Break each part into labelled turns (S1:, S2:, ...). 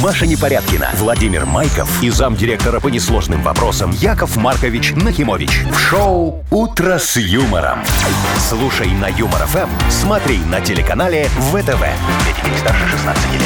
S1: Маша Непорядкина, Владимир Майков и замдиректора по несложным вопросам Яков Маркович Нахимович. В шоу «Утро с юмором». Слушай на Юмор ФМ, смотри на телеканале ВТВ. Для детей старше 16 лет.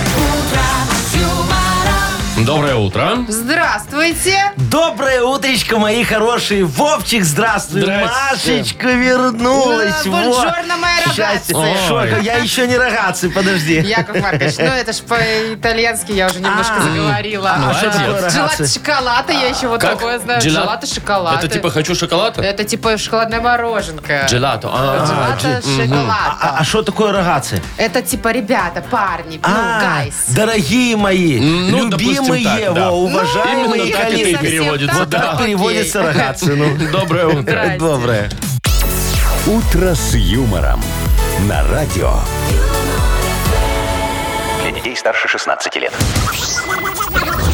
S2: Доброе утро.
S3: Здравствуйте.
S4: Доброе утречко, мои хорошие. Вовчик, здравствуй.
S2: Здрасте.
S4: Машечка вернулась.
S3: Ну,
S4: Во.
S3: бонжорно, мои
S4: Счастье.
S3: рогатцы.
S4: Шо,
S2: Ой.
S4: Я еще не рогатцы, подожди.
S3: Яков Маркович, ну это ж по-итальянски я уже немножко заговорила.
S2: ну,
S3: А
S2: молодец.
S3: что, Джелато
S4: Рогатцы.
S3: шоколада, я еще вот такое знаю.
S2: Джела-
S3: Джелато шоколад.
S2: Это типа «хочу шоколада»?
S3: Это типа шоколадное мороженка.
S2: Джелато. А,
S3: Джелато шоколад.
S4: А что такое рогатцы?
S3: Это типа ребята, парни,
S4: А.
S3: ну, гайс.
S4: дорогие мои,
S2: Ну, допустим,
S4: любимые,
S2: так, да. Ну,
S4: во,
S2: Именно
S4: уважаемые
S2: так это и
S4: коллеги.
S2: переводится,
S4: Вот так
S3: Окей.
S4: переводится рогатцы. Ну,
S2: Доброе утро.
S3: Здрасте.
S4: доброе.
S1: «Утро с юмором» на радио. Для детей старше 16 лет.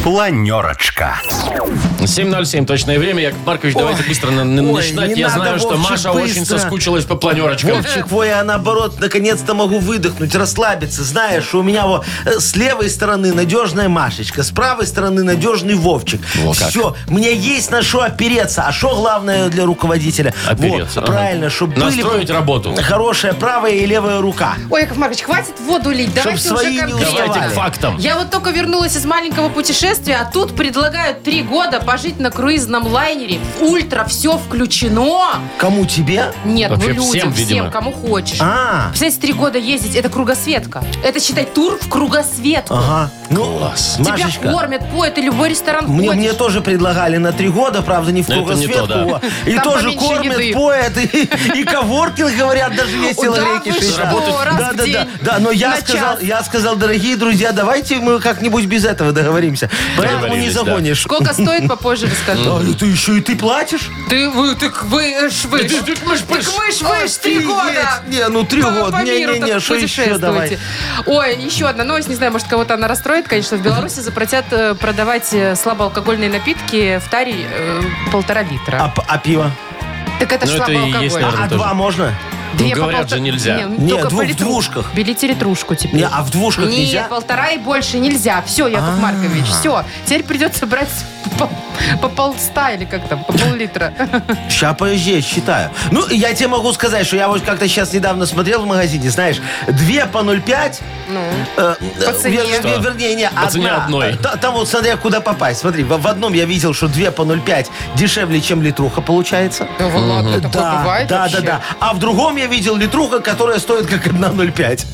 S1: Планерочка.
S2: 7.07 точное время. Яков Маркович, давайте быстро на- на-
S4: Ой,
S2: начинать.
S4: не
S2: Я
S4: надо,
S2: знаю, что
S4: Вовчик,
S2: Маша очень
S4: быстро.
S2: соскучилась по планерочкам.
S4: Вовчик, во, я наоборот, наконец-то могу выдохнуть, расслабиться. Знаешь, что у меня вот с левой стороны надежная Машечка, с правой стороны надежный Вовчик.
S2: Во как.
S4: Все, мне есть на что опереться. А что главное для руководителя?
S2: Опереться,
S4: Во,
S2: ага.
S4: Правильно, чтобы
S2: Настроить работу.
S4: Хорошая правая и левая рука.
S3: Ой, Яков Маркович, хватит воду лить, давайте
S4: свои
S3: уже
S4: не
S2: Давайте к
S4: уставали.
S3: конкретно.
S2: фактам.
S3: Я вот только вернулась из маленького путешествия, а тут предлагают три года пожить на круизном лайнере. Ультра, все включено.
S4: Кому тебе?
S3: Нет,
S2: Вообще
S3: ну людям,
S2: всем,
S3: всем,
S2: видимо.
S3: кому хочешь.
S4: А,
S3: Представляете, три года ездить, это кругосветка. Это, считай, тур в кругосветку.
S4: ага. Ну,
S2: Класс.
S3: Тебя
S4: Машечка.
S3: кормят, поют, и любой ресторан
S4: Мне,
S3: ходишь.
S4: мне тоже предлагали на три года, правда, не в
S2: Это не
S4: кругосветку.
S2: то, да.
S4: во. И
S3: Там
S4: тоже
S3: поменьше
S4: кормят,
S3: еды.
S4: поят, и, и коворкинг, говорят, даже есть
S3: О, да
S4: телогреки
S3: вы
S4: шесть.
S3: что,
S4: Да,
S3: раз
S4: да,
S3: в
S4: да,
S3: день,
S4: да, да. Но я
S3: на
S4: сказал,
S3: час.
S4: я сказал, дорогие друзья, давайте мы как-нибудь без этого договоримся. Поэтому не
S2: Договорились, да.
S4: загонишь.
S3: Сколько стоит, попозже расскажу.
S4: Да, ну ты еще и ты платишь?
S3: Ты вы, так вы, ж вы, ж.
S2: Ты- ты- мышь,
S3: Так
S2: мышь.
S3: вы ж, вы ж, три
S4: Офигеть.
S3: года.
S4: Не, ну три
S3: По-
S4: года.
S3: по
S4: Не,
S3: миру
S4: не,
S3: так
S4: не, что еще давай.
S3: путешествуете. Ой, еще одна новость, не знаю, может, кого-то она расстроит, конечно. В Беларуси запретят э, продавать э, слабоалкогольные напитки в таре э, полтора литра.
S4: А, п- а пиво?
S3: так это ж
S2: Ну, это и есть,
S3: слабоалкогольное.
S2: наверное.
S4: А
S2: тоже.
S4: два можно?
S3: Две
S2: Ну,
S3: по
S2: говорят же, нельзя.
S3: Не,
S4: Не,
S3: только
S4: дву-
S3: по
S4: в
S3: литру.
S4: двушках.
S3: Берите литрушку теперь.
S4: Не, а в двушках
S3: Нет,
S4: нельзя?
S3: полтора и больше нельзя. Все, Яков
S4: А.
S3: Маркович, все. Теперь придется брать по, по полста или как там, по пол-литра.
S4: Сейчас, подожди, я считаю. Ну, я тебе могу сказать, что я вот как-то сейчас недавно смотрел в магазине, знаешь, две по 0,5. э,
S3: Ну, По
S4: э,
S3: цене.
S4: вер-
S2: Что?
S4: вер- Вернее, не,
S2: По цене
S4: одна.
S2: одной.
S4: Э, та- Там вот смотря куда попасть. Смотри, в в одном я видел, что 2 по 0,5 дешевле, чем литруха получается.
S3: Да ладно,
S4: Да, да, да, да. А в другом я видел литруха, которая стоит как 1,05.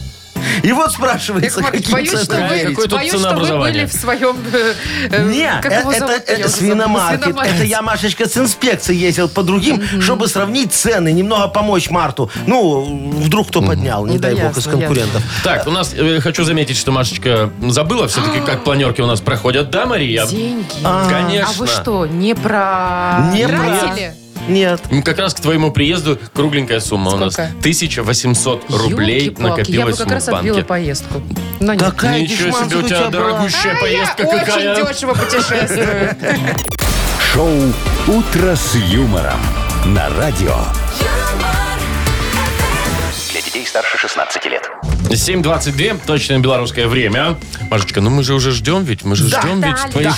S4: И вот спрашивается, какие
S3: боюсь,
S4: цены.
S3: что вы,
S2: Какое тут
S3: боюсь, что вы
S2: ценообразование?
S3: были в своем... э, э,
S4: Не,
S3: как
S4: э,
S3: его
S4: это,
S3: зовут? Я
S4: это
S3: уже забыла.
S4: свиномаркет. Это я, Машечка, с инспекцией ездил по другим, чтобы сравнить цены, немного помочь Марту. Ну, вдруг кто поднял, не
S3: Ну, да
S4: дай бог,
S3: ясно,
S4: из конкурентов.
S2: Так, у нас, э, хочу заметить, что Машечка забыла все-таки,
S4: А.
S2: как планерки у нас проходят. Да, Мария?
S3: Деньги.
S2: Конечно.
S3: А вы что, не про...
S4: Не про.
S3: тратили?
S4: Нет.
S2: Ну, как раз к твоему приезду кругленькая сумма у нас.
S3: Сколько?
S2: 1800 рублей
S3: Ёлки-палки, Я бы
S2: накопилось
S3: как
S2: в
S3: раз отбила
S2: банке.
S3: поездку. Но нет.
S4: Такая
S2: Ничего
S4: дешманка
S2: себе, у тебя
S4: была.
S2: дорогущая
S3: А я
S2: поездка какая.
S3: очень дешево путешествую.
S1: Шоу «Утро с юмором» на радио. Для детей старше 16 лет.
S2: 7.22, точное белорусское время. Машечка, ну мы же уже ждем ведь, мы же
S4: Да.
S2: ждем ведь твоих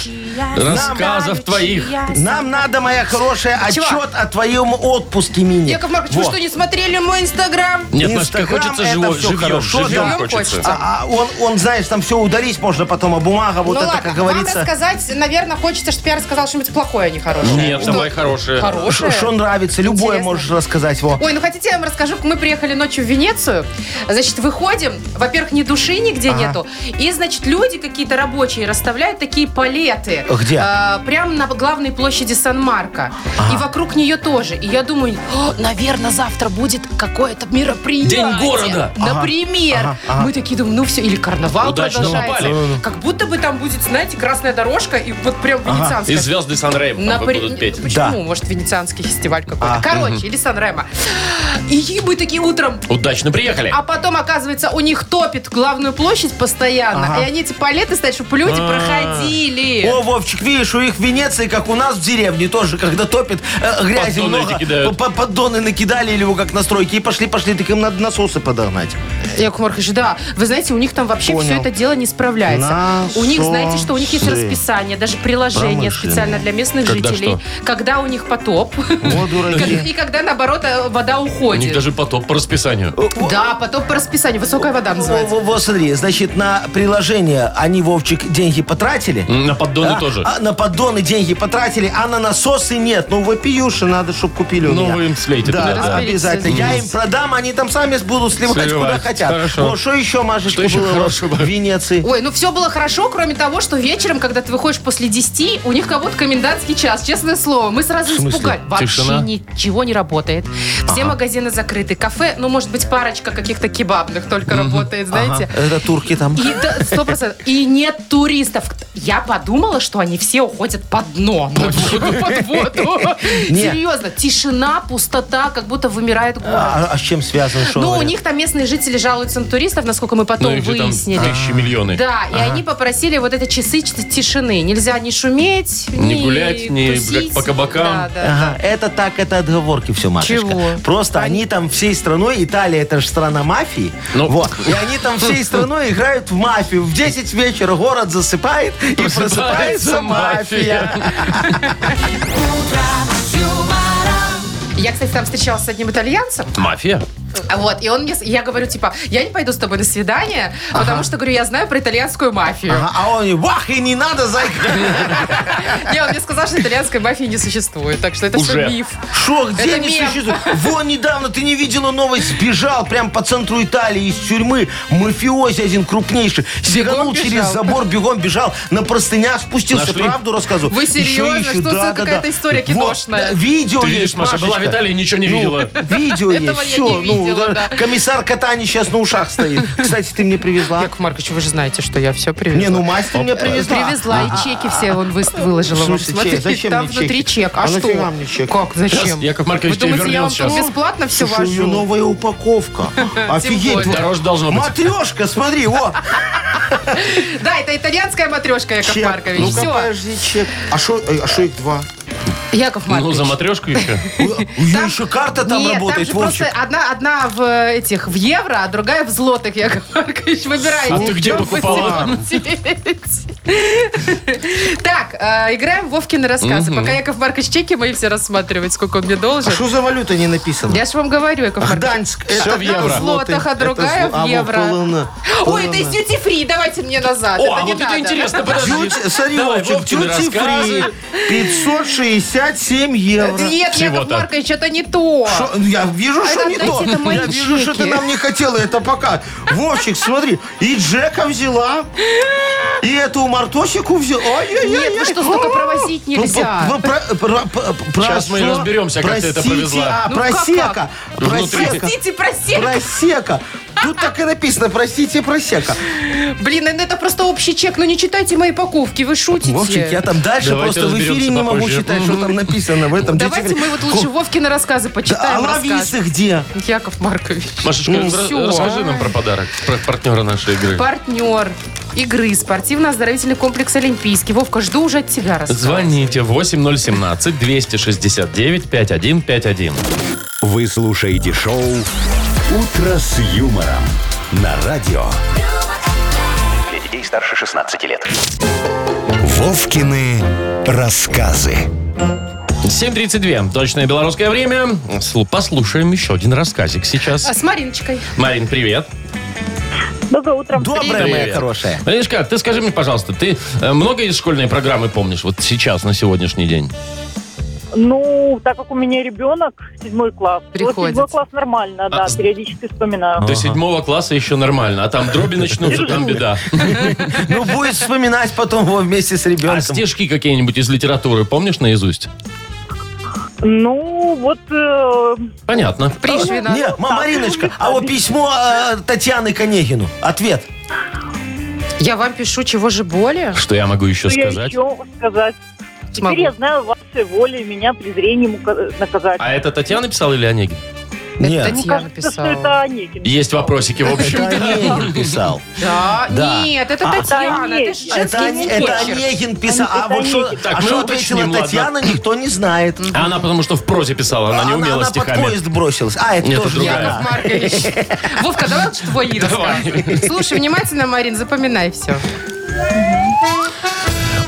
S2: рассказов твоих.
S4: Нам надо, моя хорошая,
S3: Чего?
S4: отчет о твоем отпуске мини.
S3: Яков Маркович, вы
S4: Во.
S3: что, не смотрели мой инстаграм?
S2: Нет, Машечка,
S4: Инстаграм
S2: хочется
S4: это
S2: живо-
S4: всё
S2: живьем,
S4: хорошо,
S2: живьем
S3: да.
S2: хочется.
S3: Хочется.
S4: А, а он, он, знаешь, там все удалить можно потом, а бумага, вот
S3: ну
S4: это,
S3: ладно,
S4: как
S3: вам
S4: говорится,
S3: рассказать, наверное, хочется, чтобы я рассказал что-нибудь плохое, а не хорошее.
S2: Нет,
S3: Что?
S2: давай хорошие.
S3: Хорошее?
S4: что нравится, любое
S3: Интересно.
S4: можешь рассказать. Во.
S3: Ой, ну хотите, я вам расскажу, как мы приехали ночью в Венецию. Значит, выходим, во-первых, ни души нигде
S4: Ага.
S3: нету. И, значит, люди какие-то рабочие расставляют такие палеты.
S4: Где?
S3: Э, прямо на главной площади Сан-Марко. И вокруг нее тоже. И я думаю, наверное, завтра будет какое-то мероприятие.
S2: День города.
S3: Например.
S4: Ага, ага. Ну,
S3: Мы такие думаем, ну все, или карнавал
S2: Удачно
S3: продолжается.
S2: попали.
S3: Как будто бы там будет, знаете, красная дорожка, и вот прям венецианская.
S2: И звезды сан там
S3: Напри-
S2: будут петь.
S3: Почему?
S4: Да.
S3: Может, венецианский фестиваль какой-то.
S4: А,
S3: Короче, или сан И мы такие утром...
S2: Удачно приехали.
S3: А потом, оказывается, кажется, у них топит главную площадь постоянно.
S4: Ага.
S3: И они эти палеты стоят, чтобы люди
S2: А.
S3: проходили.
S4: О, Вовчик, видишь, у их в Венеции, как у нас в деревне тоже, когда топит э, грязи
S2: Поддоны эти
S4: много,
S2: кидают.
S4: п- поддоны накидали или его как на стройке, и пошли-пошли, так им надо насосы подогнать.
S3: Яков Маркович, да. Вы знаете, у них там вообще
S4: Понял.
S3: все это дело не справляется. У них, знаете, что у них есть
S4: Насосы.
S3: расписание, даже приложение
S4: Промышленные.
S3: специально для местных
S2: Когда
S3: жителей. Когда у них потоп.
S4: Вот
S3: И как-
S4: дураки.
S3: И когда, наоборот, э, вода
S2: У них
S3: уходит.
S2: даже потоп по расписанию.
S3: Да, потоп по расписанию. Высокая вода называется.
S4: Во- во- во, смотри, значит, на приложение они, Вовчик, деньги потратили.
S2: На поддоны
S4: а,
S2: тоже.
S4: а на поддоны деньги потратили, а на насосы нет. Ну, вопиюши надо, чтобы купили у
S2: Ну,
S4: меня.
S2: вы им слейте
S4: Да,
S2: туда,
S3: да.
S4: обязательно. Я им продам, они там сами будут сливать, куда
S2: Сливать.
S4: хотят.
S2: Хорошо.
S4: О, что еще, Машечка,
S2: Что еще
S4: было у вас
S2: хорошего?
S4: в Венеции?
S3: Ой, ну все было хорошо, кроме того, что вечером, когда ты выходишь после 10, у них как будто комендантский час, честное слово. Мы сразу
S4: смысле?
S3: испугались. Вообще
S2: Тишина?
S3: ничего не работает. Все магазины закрыты. Кафе, ну, может быть, парочка каких-то кебабных только работает, знаете.
S4: Ага, Это турки там.
S3: И да, сто процентов. И нет туристов. Я подумала, что они все уходят под дно. ночью, Под воду.
S4: Нет.
S3: Серьезно, тишина, пустота, как будто вымирает город.
S4: А, а с чем связано? что
S3: Ну, у
S4: говорят?
S3: них там местные жители жалуются на туристов, насколько мы
S2: Ну,
S3: потом
S2: их же там
S3: выяснили.
S2: тысячи, миллионы.
S3: Да, и они попросили вот это часы ч- тишины. Нельзя не шуметь,
S2: Не гулять, не
S3: тусить.
S2: как по кабакам.
S3: Да, да.
S4: Ага, это так, это отговорки все, Машечка.
S3: Чего?
S4: Просто они там всей страной, Италия это же страна мафии,
S2: Ну.
S4: вот, и они там всей страной играют в мафию. В 10 вечера город засыпает, и просыпается мафия.
S3: Я, кстати, там встречалась с одним итальянцем.
S2: Мафия?
S3: А Вот, и он мне, с- я говорю, типа, я не пойду с тобой на свидание, потому что, говорю, я знаю про итальянскую мафию.
S4: Ага, а он, вах, и не надо, зайка.
S3: Не, он мне сказал, что итальянской мафии не существует, так что это
S2: Уже.
S3: все миф.
S4: Шо, где
S3: Это
S4: они
S3: мем.
S4: существуют? Вон недавно, ты не видела новость, сбежал прям по центру Италии из тюрьмы. Мафиози один крупнейший. Сиганул
S3: бежал.
S4: через забор, бегом бежал, на простынях спустился.
S2: Нашли?
S4: Правду рассказываю.
S3: Вы
S4: Ещё
S3: серьезно?
S4: ищут,
S3: Что за какая-то история киношная?
S4: да, видео
S2: Ты
S4: есть,
S2: видишь, Маша, была в
S4: Машечка.
S2: Италии, ничего не
S4: Ну,
S2: видела.
S4: Видео
S3: Этого
S4: есть,
S3: я
S4: все.
S3: не видела, да.
S4: Комиссар Катани сейчас на ушах стоит. Кстати, ты мне привезла.
S3: Яков Маркович, вы же знаете, что я все привезла.
S4: Не, ну мазь ты мне привезла.
S3: Привезла, и чеки все он выс- выложила.
S4: В
S3: вам.
S4: смысле, чек? Зачем
S3: там
S4: мне
S3: внутри
S4: чеки?
S3: чек. А,
S4: А
S3: что?
S4: нафига мне чек?
S3: Как, зачем?
S2: Сейчас Яков Маркович
S3: Вы
S2: тебе
S3: думаете, я вам
S2: вернет
S3: тут
S2: щас?
S3: бесплатно все
S4: Слушай, ну, у неё
S3: вожу?
S4: новая упаковка. Офигеть.
S3: более.
S4: вот.
S2: Дороже должно быть.
S4: Матрешка, смотри, о.
S3: Да, это итальянская матрешка, Яков
S4: Чек.
S3: Маркович.
S4: Ну-ка,
S3: все.
S4: подожди, чек. А что а шо их два?
S3: Яков
S2: Ну,
S3: Маркович.
S2: за матрешку еще.
S4: У нее еще карта там
S3: Нет,
S4: работает,
S3: там же просто
S4: Вовчик.
S3: одна, одна в э, этих в евро, а другая в злотых, Яков Маркович. Выбирайте.
S2: А ты где
S3: Чё вы
S2: покупала?
S3: делаете? Так, э, играем в Вовкины рассказы. Пока Яков Маркович чеки мои все рассматривать, сколько он мне
S4: А
S3: должен.
S4: что за валюта не написано?
S3: Я же вам говорю, Яков Маркович.
S4: Гданьск.
S2: Всё в евро.
S3: в злотых, а другая в евро. Ой, это из duty free, давайте мне назад.
S2: О, а
S3: не
S2: вот это
S3: надо.
S2: интересно, подожди.
S4: Дюти, смотри,
S2: Давай,
S4: Вовчик,
S2: Вовкины
S4: дюти фри.
S2: рассказы.
S4: 567 евро.
S3: Нет, Яков
S2: Всего-то.
S3: Маркович, это не то.
S2: А.
S4: Шо? Ну, Я вижу,
S3: А Это
S4: что не
S3: отдайте,
S4: то.
S3: это мои
S4: Я вижу, что ты
S3: чеки.
S4: нам не хотела. Это пока. Вовчик, смотри, и Джека взяла, и эту Мартосику взяла. Ой-ой-ой.
S3: Нет, вы что, столько провозить нельзя?
S2: Сейчас мы и разберемся, как ты это повезла.
S4: А,
S3: Ну,
S4: просека.
S3: как-как?
S2: Внутри.
S4: Просека.
S3: Простите, простите.
S4: Просека. Тут так и написано, простите, просека.
S3: Блин, ну это просто общий чек, ну не читайте мои паковки, вы шутите.
S4: Вовчик, я там дальше
S2: Давайте
S4: просто в эфире
S2: разберемся
S4: не могу
S2: попозже.
S4: читать, что там написано в этом.
S3: Давайте мы вот лучше Вовкины рассказы
S4: А
S3: почитаем. рассказ.
S4: Лависы где?
S3: Яков Маркович.
S2: Машечка,
S3: Ну,
S2: ра-
S3: всё.
S2: расскажи нам про подарок, про партнера нашей игры.
S3: Партнер игры спортивно-оздоровительный комплекс «Олимпийский». Вовка, жду уже от тебя рассказ.
S2: Звоните 8017-269-5151.
S1: Вы слушаете шоу «Утро с юмором» на радио.
S5: Для детей старше 16 лет.
S1: Вовкины рассказы.
S2: 7.32. Точное белорусское время. Слу- Послушаем еще один рассказик сейчас.
S3: А с Мариночкой.
S2: Марин, привет.
S6: Доброе утро.
S4: Добрая моя
S2: Привет.
S4: хорошая.
S2: Мариночка, ты скажи мне, пожалуйста, ты э, много из школьной программы помнишь вот сейчас, на сегодняшний день?
S6: Ну, так как у меня ребенок, седьмой класс. Вот
S3: Приходится.
S6: седьмой класс нормально, да,
S2: с-
S6: периодически вспоминаю.
S2: До седьмого класса еще нормально, а там дроби начнутся, там беда.
S4: Ну, будет вспоминать потом его вместе с
S2: А
S4: ребенком.
S2: стишки какие-нибудь из литературы помнишь наизусть?
S6: Ну, вот... э,
S2: Понятно.
S3: Пришвина.
S4: Не,
S2: ну,
S4: ма- Мариночка, а вот письмо э, Татьяны Конегину. Ответ.
S3: Я вам пишу, чего же более?
S2: Что я могу еще
S4: Ну,
S6: что я
S2: сказать?
S6: еще сказать?
S3: Смогу.
S6: Теперь я знаю вашей воли меня презрением ука- наказать.
S2: А это Татьяна писала или Онегин?
S4: Нет.
S3: Это
S6: Мне
S3: Татьяна
S6: кажется, что
S3: писала.
S6: это Онегин.
S2: Есть вопросики, в общем.
S4: Это Онегин писал.
S3: Да,
S4: Да.
S3: нет, это
S4: А,
S3: Татьяна. Это ж
S6: это
S3: женский
S4: Это, Оне- это
S3: почерк.
S4: Онегин писал. А
S6: Это
S4: вот что
S6: Онегин.
S2: Так, ну,
S4: а
S2: мы
S4: что
S2: уточним,
S4: ответила
S2: ладно.
S4: Татьяна, никто не знает.
S2: А она потому что в прозе писала, она не
S4: она,
S2: умела
S4: она под
S2: стихами.
S4: поезд бросилась. А, это
S2: Нет, это
S4: тоже
S2: другая.
S4: не
S3: Яков
S4: она.
S3: Маркович. Вовка, давай лучше твой и
S2: Давай.
S3: расскажи. Слушай внимательно, Марин, запоминай все.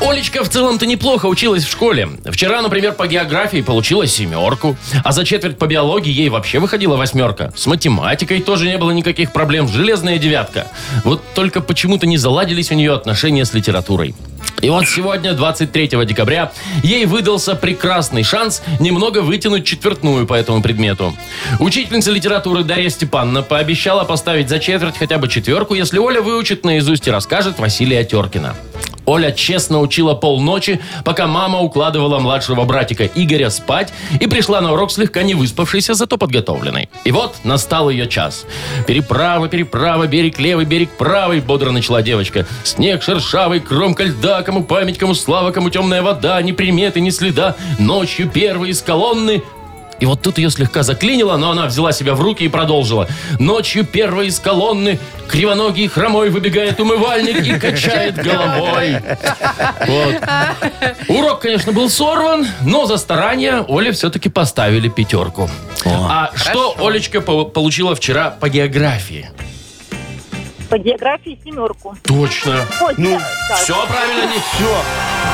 S2: Олечка в целом-то неплохо училась в школе. Вчера, например, по географии получила семерку, а за четверть по биологии ей вообще выходила восьмерка. С математикой тоже не было никаких проблем, железная девятка. Вот только почему-то не заладились у нее отношения с литературой. И вот сегодня, 23 декабря, ей выдался прекрасный шанс немного вытянуть четвертную по этому предмету. Учительница литературы Дарья Степановна пообещала поставить за четверть хотя бы четверку, если Оля выучит наизусть и расскажет Василия Теркина. Оля честно учила полночи, пока мама укладывала младшего братика Игоря спать и пришла на урок слегка не выспавшейся, зато подготовленной. И вот настал ее час. Переправа, переправа, берег левый, берег правый, бодро начала девочка. Снег шершавый, кромка льда, кому память, кому слава, кому темная вода, ни приметы, ни следа. Ночью первые из колонны и вот тут ее слегка заклинило, но она взяла себя в руки и продолжила. Ночью первой из колонны кривоногий хромой выбегает умывальник и качает головой. Вот. Урок, конечно, был сорван, но за старание Оле все-таки поставили пятерку. А что Олечка по- получила вчера по географии?
S6: По географии семерку.
S2: Точно.
S6: Вот,
S4: Ну,
S6: да, да.
S2: Все правильно, не все.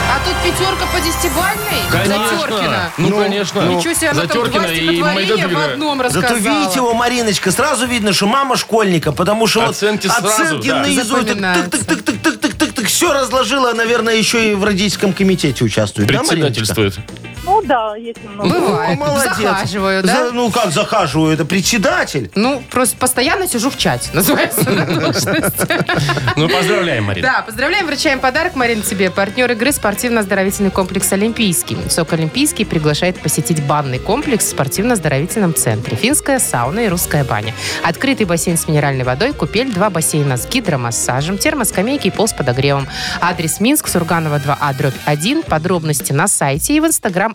S3: А тут пятерка по десятибальной? За
S2: Конечно.
S3: Теркина.
S2: Ну, конечно.
S3: Ничего себе, она
S2: За
S3: там два
S2: Теркина и
S3: стихотворения в
S2: Майдадыра.
S3: одном рассказала.
S4: Зато видите его, Мариночка, сразу видно, что мама школьника, потому что
S2: Оценки
S4: вот
S2: сразу,
S4: оценки
S2: да.
S4: наизусть.
S3: Запоминаются.
S4: Так, тык тык тык тык тык тык тык все разложила, наверное, еще и в родительском комитете участвует. да, Мариночка?
S2: Председательствует.
S6: Ну да, если много.
S3: Бывает.
S4: О, молодец.
S3: Ну, а Захаживаю, да?
S4: За- ну как захаживаю, это председатель.
S3: Ну, просто постоянно сижу в чате, называется.
S2: Ну, поздравляем, Марина.
S3: Да, поздравляем, вручаем подарок, Марин, тебе. Партнер игры спортивно-оздоровительный комплекс «Олимпийский». СОК «Олимпийский» приглашает посетить банный комплекс в спортивно-оздоровительном центре. Финская сауна и русская баня. Открытый бассейн с минеральной водой, купель, два бассейна с гидромассажем, термоскамейки и пол с подогревом. Адрес Минск, Сурганова 2А, дробь 1. Подробности на сайте и в инстаграм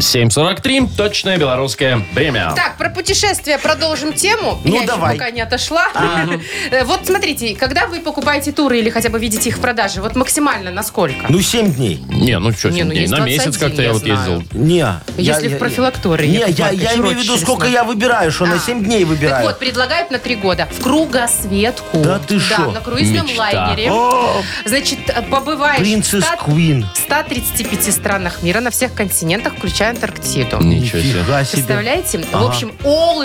S2: 7.43, точное белорусское время.
S3: Так, про путешествия продолжим тему.
S4: Ну,
S3: Я ещё
S4: давай. А.
S3: пока не отошла. Э, Вот смотрите, когда вы покупаете туры или хотя бы видите их в продаже, вот максимально насколько?
S4: Ну, 7 дней.
S2: Не, ну что,
S3: Не, ну, есть
S2: на месяц
S3: 21,
S2: как-то я
S3: я
S2: вот
S3: знаю.
S2: ездил.
S4: Не.
S3: Если в профилактории,
S4: Не,
S3: Яков
S4: я,
S3: Маркович,
S4: я имею в
S3: урочи
S4: виду,
S3: через
S4: сколько
S3: нас.
S4: я выбираю, что
S3: А.
S4: на 7 дней
S3: Так
S4: выбираю.
S3: вот, предлагают на три года в кругосветку.
S4: Да ты шо?
S3: на круизном
S2: Мечта.
S3: лайнере. Значит, э, побываешь
S4: Принцесс
S3: в ста-
S4: Квин.
S3: 135 странах мира на всех континентах, включая Антарктиду.
S2: Ничего себе.
S4: Нифига себе.
S3: Представляете? В общем,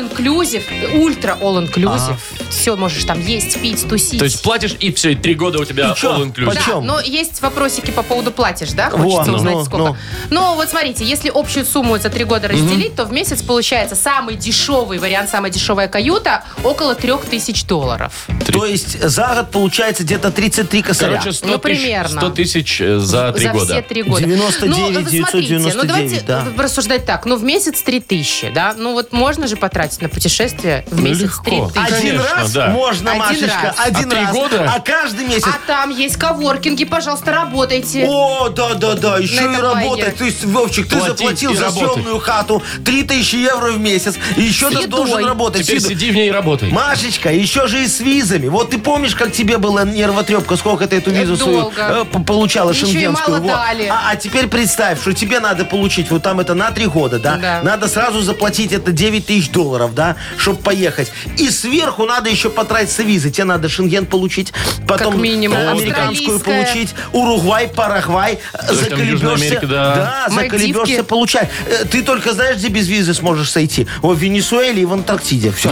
S3: all-inclusive, ультра all-inclusive.
S4: А.
S3: Все можешь там есть, пить, тусить.
S2: То есть платишь, и все, и три года у тебя
S4: И чё?
S2: all inclusive.
S4: О
S3: Да,
S4: чем?
S3: но есть вопросики по поводу платишь, да?
S4: Во,
S3: Хочется
S4: ну,
S3: узнать,
S4: ну,
S3: сколько.
S4: ну.
S3: Ну, вот смотрите, если общую сумму за три года разделить, то в месяц получается самый дешевый вариант, самая дешевая каюта около трех тысяч долларов.
S4: То есть за год получается где-то 33 косаря.
S2: Короче, 100
S3: Ну,
S2: тысяч,
S3: примерно.
S2: 100 тысяч э, за три
S3: все
S2: года.
S3: три года.
S4: 99,
S3: ну, вы смотрите, ну
S4: 999,
S3: давайте
S4: да.
S3: э, рассуждать так. Ну, в месяц три тысячи, да? Ну, вот можно же потратить на путешествие в
S2: Ну,
S3: месяц
S2: легко.
S3: три тысячи.
S4: Один
S2: Конечно,
S4: раз
S2: да.
S4: можно,
S3: Один
S4: Машечка,
S3: раз.
S4: один
S2: А три
S4: раз.
S2: года?
S4: А каждый месяц.
S3: А там есть коворкинги, пожалуйста, работайте.
S4: О, да-да-да, еще и
S3: этом лайнере.
S4: работать. То есть, Вовчик, ты
S2: Платить
S4: заплатил
S2: и
S4: за
S2: работать.
S4: съемную хату 3000 евро в месяц, и еще
S3: С
S4: ты
S3: едой.
S4: должен работать.
S2: Теперь
S4: С едой.
S2: сиди в ней и работай.
S4: Машечка, еще же и с визами. Вот ты помнишь, как тебе была нервотрепка, сколько ты эту визу свою
S3: Долго.
S4: э, п- получала
S3: Еще и
S4: шенгенскую?
S3: мало
S4: вот.
S3: дали.
S4: А, а теперь представь, что тебе надо получить, вот там это на три года, да?
S3: Да.
S4: Надо сразу заплатить это 9 тысяч долларов, да, чтобы поехать. И сверху надо еще потратиться визы. Тебе надо шенген получить, потом
S3: Как минимум.
S4: э, американскую
S3: Австралийская.
S4: получить, Уругвай, Парагвай, э,
S2: есть там Южная
S4: заколебешься.
S2: Америка, да.
S4: Да,
S3: Мальдивки.
S4: заколебешься, получай. Э, Ты только знаешь, где без визы сможешь сойти? О, в Венесуэле и в Антарктиде. Все.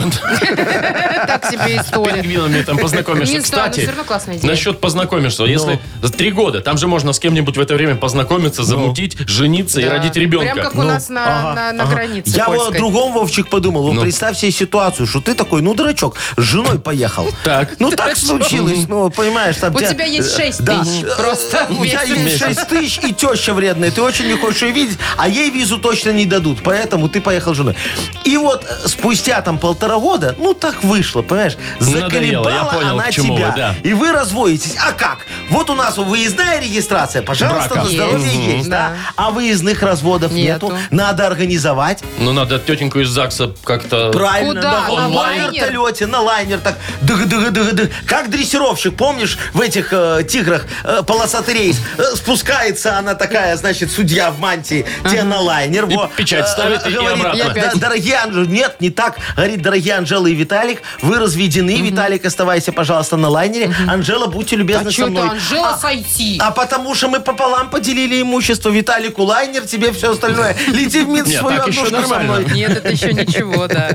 S3: Так себе история.
S2: Пингвинами там познакомишься.
S3: Не знаю, но
S2: Кстати,
S3: всё равно классная идея. Ну.
S2: насчет познакомишься. Если за три года, там же можно с кем-нибудь в это время познакомиться, замутить, жениться и
S3: Да.
S2: родить ребенка.
S3: Прям как как у
S4: Ну,
S3: нас на,
S4: ага,
S3: на- на
S4: ага.
S3: границе
S4: Я вот о
S3: польской.
S4: другом, Вовчик, подумал. Вот
S2: Ну.
S4: представь себе ситуацию, что ты такой, ну, дурачок, с женой поехал.
S2: Так.
S4: Ну, так случилось. Ну, понимаешь, там...
S3: У
S4: те-
S3: тебя есть шесть
S4: Да. Э,
S3: тысяч, просто
S4: У тебя
S3: вместе.
S4: есть 6 тысяч, и теща вредная. Ты очень не хочешь ее видеть, а ей визу точно не дадут. Поэтому ты поехал с женой. И вот э, спустя там полтора года, ну, так вышло, понимаешь?
S2: Ну, Надоело,
S4: Заколебала
S2: я понял,
S4: она
S2: к чему
S4: тебя.
S2: вы, да.
S4: И вы разводитесь. А как? Вот у нас выездная регистрация, пожалуйста,
S2: Брака.
S4: на здоровье
S3: Есть.
S4: есть, да.
S3: Да.
S4: А выездных разводов
S3: Нету.
S4: нету. Надо организовать.
S2: Ну, надо тетеньку из ЗАГСа как-то...
S4: Правильно,
S3: Куда?
S4: да,
S3: На
S4: на
S3: лайнер?
S4: вертолете, на лайнер так. дыг дыг дыг дыг Как дрессировщик, помнишь, в этих э, тиграх э, полосатый рейс э, спускается она такая, значит, судья в мантии, те на лайнер. э,
S2: И печать ставит, и обратно.
S4: «Да,
S3: И опять.
S4: дорогие Анжелы, нет, не так. Говорит, дорогие Анжела и Виталик, вы разведены. Виталик, оставайся, пожалуйста, на лайнере. Анжела, будьте любезны
S3: А
S4: со
S3: что это,
S4: мной.
S3: Анжела,
S4: А-
S3: сойти?
S4: а потому что мы пополам поделили имущество. Виталику лайнер, тебе все остальное. Лети в Минск
S2: Нет,
S4: свою
S2: так еще
S4: однушку со
S2: нормально.
S4: мной.
S3: Нет, это еще ничего, да.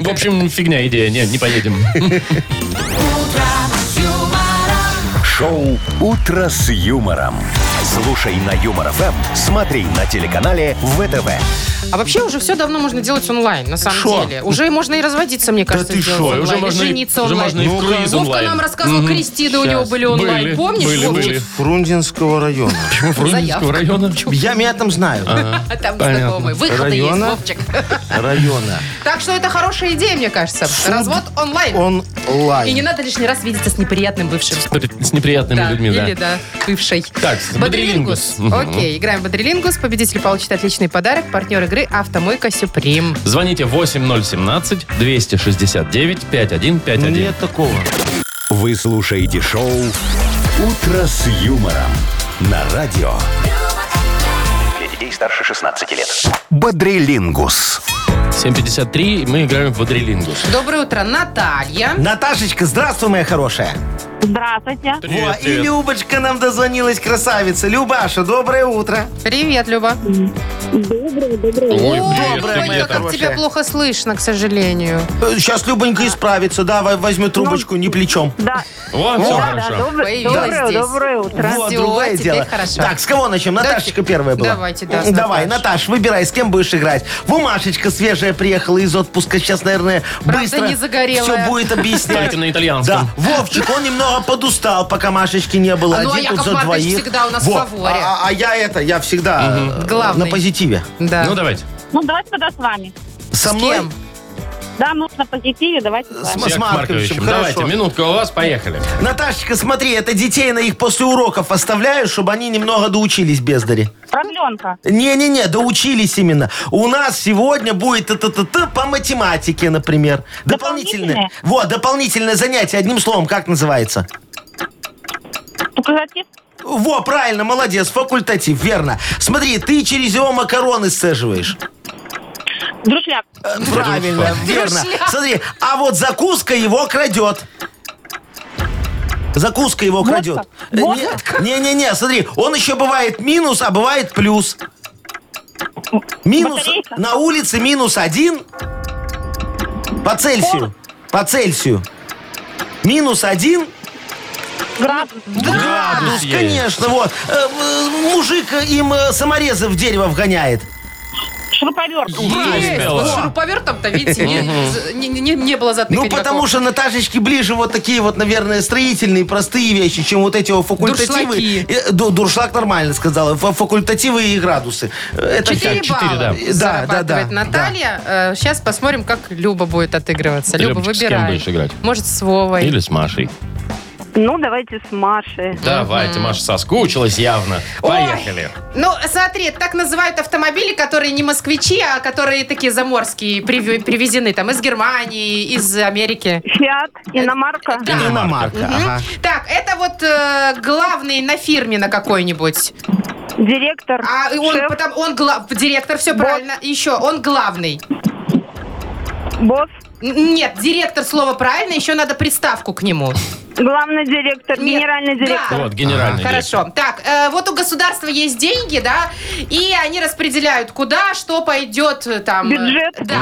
S2: В общем, фигня идея. Не, не поедем.
S1: Шоу «Утро с юмором». Слушай на Юмор ФМ, смотри на телеканале ВТВ.
S3: А вообще уже все давно можно делать онлайн, на самом
S4: Шо?
S3: деле. Уже можно и разводиться, мне кажется,
S4: ты
S3: делать
S4: шо,
S3: онлайн.
S2: уже
S3: И
S2: можно и-
S3: жениться
S2: уже
S3: онлайн.
S2: можно и в
S3: Вовка
S2: круиз онлайн.
S3: нам рассказывал,
S2: Мгм.
S3: Кристина у него
S2: Щас.
S3: были онлайн.
S2: Были,
S3: Помнишь?
S2: были,
S3: Вовчик?
S2: были.
S4: Фрунзенского района.
S2: Почему Фрунзенского
S3: Заявка.
S2: района?
S4: Я меня там знаю.
S3: А Там
S2: Понятно.
S3: знакомые. Выходы есть,
S4: Района?
S3: Вовчик.
S4: Района.
S3: Так что это хорошая идея, мне кажется. Развод онлайн. И не
S4: Онлайн.
S3: надо лишний раз видеться с неприятным бывшим.
S2: С неприятными
S3: Да,
S2: людьми, да.
S3: или, да, бывшей.
S2: Так, Бодрилингус. Мгм.
S3: Окей, играем в Бодрилингус. Победитель получит отличный подарок. Партнер игры «Автомойка Сюприм».
S2: Звоните 8017-269-5151.
S4: Нет такого.
S1: Вы слушаете шоу «Утро с юмором» на радио
S5: Для детей старше 16 лет.
S1: «Бодрилингус».
S2: 7.53, и мы играем в Бодрилингус.
S3: Доброе утро, Наталья.
S4: Наташечка, здравствуй, моя хорошая.
S6: Здравствуйте.
S2: Привет,
S4: Во, и Любочка нам дозвонилась, красавица. Любаша, доброе утро.
S3: Привет, Люба.
S6: Доброе, доброе.
S2: Ой,
S3: О,
S2: привет,
S4: доброе
S2: привет.
S3: Ванька, как
S4: хорошая.
S3: тебя плохо слышно, к сожалению.
S4: Э, Сейчас Любонька исправится, да, во- возьмет трубочку, не плечом.
S6: Да,
S2: Во, все
S6: да, да,
S2: хорошо.
S6: доброе,
S3: Появилась
S6: доброе,
S3: здесь.
S6: доброе утро.
S4: Вот,
S3: Всё,
S4: другое
S3: теперь
S4: дело.
S3: хорошо.
S4: Так, с кого начнем? Наташечка первая была.
S3: давайте, да, с
S4: М, Давай,
S3: Наташей.
S4: Наташ, выбирай, с кем будешь играть. Бумашечка свежая приехала из отпуска. Сейчас, наверное,
S3: Правда,
S4: быстро
S3: не загорелая.
S4: все будет объяснять.
S2: Кстати, на итальянском.
S4: Да, Вовчик, он немного подустал, пока Машечки не было.
S3: А ну, а
S4: Один
S3: Яков
S4: тут за
S3: Маркович
S4: двоих.
S3: всегда у нас в фаворе.
S4: А, а- а я это, я всегда э,
S3: Главный.
S4: на позитиве.
S3: Да.
S2: Ну, давайте.
S6: Ну, давайте тогда с вами.
S4: Со
S3: С
S4: мной?
S3: кем?
S6: Да, нужно позитиве, давайте с
S4: С
S6: вами.
S2: Яков
S4: Марковичем,
S2: Марковичем,
S4: хорошо.
S2: давайте, минутка у вас, поехали.
S4: Наташечка, смотри, это детей на их после уроков оставляю, чтобы они немного доучились бездари.
S6: Продленка.
S4: Не-не-не, доучились именно. У нас сегодня будет т-т-т-т по математике, например. Дополнительное.
S6: Дополнительное?
S4: Вот, дополнительное занятие. Одним словом, как называется?
S6: Показатив.
S4: Во, правильно, молодец, факультатив, верно. Смотри, ты через его макароны сцеживаешь.
S6: Друшляк.
S4: Э, Правильно, верно.
S3: Дуршляк.
S4: Смотри, а вот закуска его крадет. Закуска его крадет. Э,
S6: Водка?
S4: Нет, не-не-не, смотри, он еще бывает минус, а бывает плюс. Минус
S6: Батарейка?
S4: на улице минус один по Цельсию. По Цельсию. Минус один
S6: Градус.
S4: градус,
S2: есть.
S4: конечно, вот. Э, э, Мужик им э, саморезы в дерево вгоняет.
S6: Шуруповерт.
S3: Есть,
S2: успела.
S3: вот с шуруповертом-то, видите, не, не- не- не было затыка
S4: Ну, потому что Наташечке ближе вот такие вот, наверное, строительные, простые вещи, чем вот эти вот факультативы.
S3: Дуршлаги.
S4: Э, ду- Дуршлаг нормально сказала. Фа- Факультативы и градусы. Э, Это
S3: Четыре
S4: всё.
S2: четыре,
S3: балла
S4: да.
S3: зарабатывает
S4: Да, да, да.
S3: Наталья. э, Сейчас посмотрим, как Люба будет отыгрываться. Люба,
S2: Любчик, с кем
S3: выбирай.
S2: будешь играть?
S3: Может, с Вовой.
S2: Или с Машей.
S6: Ну, давайте с Машей.
S2: Давайте, Маша соскучилась явно.
S3: Ой,
S2: Поехали.
S3: Ну, смотри, так называют автомобили, которые не москвичи, а которые такие заморские, прив- привезены там из Германии, из Америки.
S6: Фиат, иномарка.
S3: Да.
S4: Иномарка,
S3: Мгм.
S4: ага.
S3: Так, это вот э, главный на фирме на какой-нибудь.
S6: Директор.
S3: А он,
S6: шеф,
S3: потом, он глав, директор, все
S6: Босс.
S3: правильно. Еще, он главный.
S6: босс.
S3: Н- Нет, директор слово правильно, еще надо приставку к нему.
S6: Главный директор,
S3: Нет,
S6: генеральный
S3: да.
S6: директор.
S2: Вот, генеральный. директор.
S3: Хорошо. Так, э, вот у государства есть деньги, да, и они распределяют, куда что пойдет э, там. э,
S6: Бюджет.
S3: Да.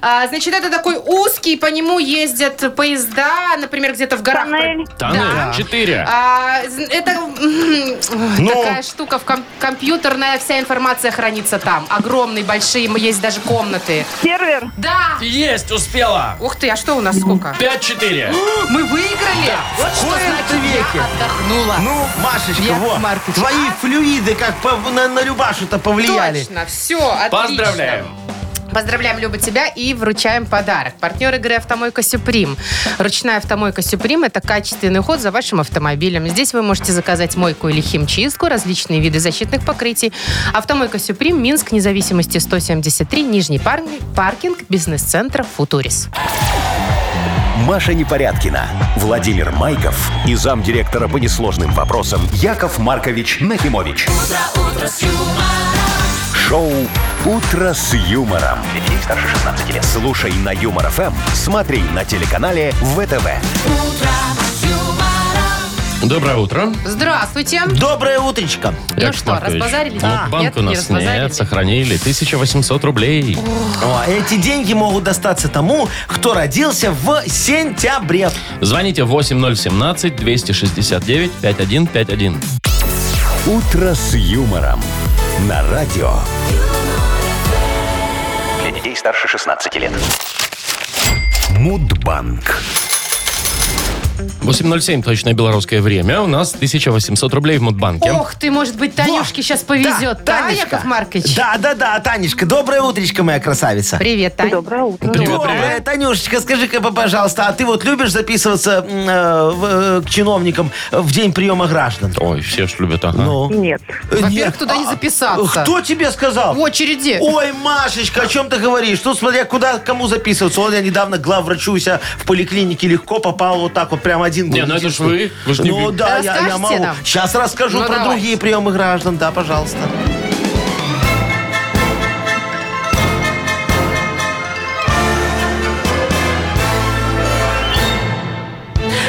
S3: А, значит, это такой узкий, по нему ездят поезда, например, где-то в горах.
S6: Тоннель.
S2: Тоннель. Четыре.
S3: А, з- это м, ой,
S4: Ну.
S3: такая штука, в ком- компьютерная вся информация хранится там. Огромные, большие, м, есть даже комнаты.
S6: Сервер.
S3: Да!
S2: Есть, успела.
S3: Ух ты, а что у нас сколько?
S2: Пять-четыре.
S3: Мы выиграли! Вот что
S4: кои-то
S3: значит,
S4: веки.
S3: я отдохнула.
S4: Ну, Машечка,
S3: Яков
S4: вот,
S3: Маркович,
S4: твои
S3: а?
S4: флюиды как пов- на, на Любашу-то повлияли.
S3: Точно, все, отлично.
S2: Поздравляем.
S3: Поздравляем, Люба, тебя и вручаем подарок. Партнер игры «Автомойка Сюприм». Ручная «Автомойка Сюприм» — это качественный уход за вашим автомобилем. Здесь вы можете заказать мойку или химчистку, различные виды защитных покрытий. «Автомойка Сюприм», Минск, независимости 173, Нижний пар- паркинг, бизнес-центр «Футурис».
S1: Маша Непорядкина, Владимир Майков и замдиректора по несложным вопросам Яков Маркович Нахимович. Шоу Утро с юмором. Для детей старше 16 лет. Слушай на юмор ФМ, смотри на телеканале ВТВ.
S2: Доброе утро.
S3: Здравствуйте.
S4: Доброе утречко.
S3: Ну что, разбазарили?
S2: ну,
S3: А.
S2: банк
S3: Нет,
S2: у
S3: не
S2: нас нет,
S3: разбазарили.
S2: сохранили 1800 рублей.
S4: О, эти деньги могут достаться тому, кто родился в сентябре.
S2: Звоните 8017-269-5151.
S1: Утро с юмором. На радио.
S5: Для детей старше 16 лет.
S1: Мудбанк.
S2: 8.07 точное белорусское время. У нас 1800 рублей в Мудбанке.
S3: Ох ты, может быть, Танюшке сейчас повезет.
S4: Да,
S3: Да,
S4: Танечка.
S3: Яков Маркович?
S4: Да, да, да, Танечка, доброе утречко, моя красавица.
S3: Привет, Тань.
S6: Доброе утро.
S2: Привет,
S4: Доброе,
S2: привет.
S4: Э, Танюшечка, скажи-ка, пожалуйста, а ты вот любишь записываться м, э, в, э, к чиновникам в день приема граждан?
S2: Ой, все ж любят, ага.
S4: Ну,
S6: Нет.
S4: э,
S3: Во-первых,
S4: нет.
S3: туда не
S4: А,
S3: записаться.
S4: Кто тебе сказал?
S3: В очереди.
S4: Ой, Машечка, о чем ты говоришь? Тут смотря куда, к кому записываться. Вот я недавно главврачу у себя в поликлинике легко попал вот так вот, прям один.
S2: Не, ну это ж вы, вы ж не
S4: Ну
S2: ви-
S4: да, я, я
S3: Расскажете
S4: могу.
S3: нам?
S4: Сейчас расскажу
S3: Ну,
S4: про
S3: давайте.
S4: другие приемы граждан. Да, пожалуйста.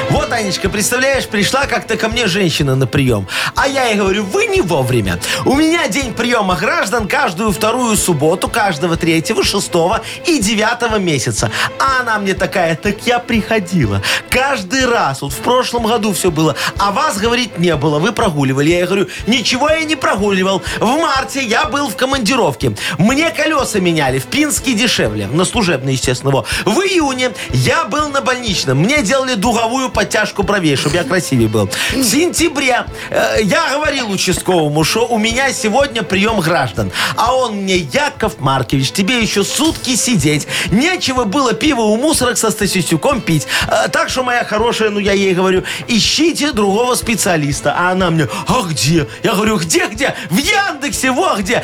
S4: Вот, Анечка, представляешь, пришла как-то ко мне женщина на прием. А я ей говорю, вы не вовремя. У меня день приема граждан каждую вторую субботу, каждого третьего, шестого и девятого месяца. А она мне такая, так я приходила. Каждый раз, вот в прошлом году все было, а вас, говорит, не было, вы прогуливали. Я ей говорю, ничего я не прогуливал. В марте я был в командировке. Мне колеса меняли, в Пинске дешевле, на служебные, естественно. во. В июне я был на больничном. Мне делали дуговую подтяжку бровей, чтобы я красивее был. В сентябре э, я говорил участковому, что у меня сегодня прием граждан. А он мне, Яков Маркович, тебе еще сутки сидеть. Нечего было пиво у мусорок со Стасисюком пить. Э, так что, моя хорошая, ну я ей говорю, ищите другого специалиста. А она мне, а где? Я говорю, где-где? В Яндексе, во где.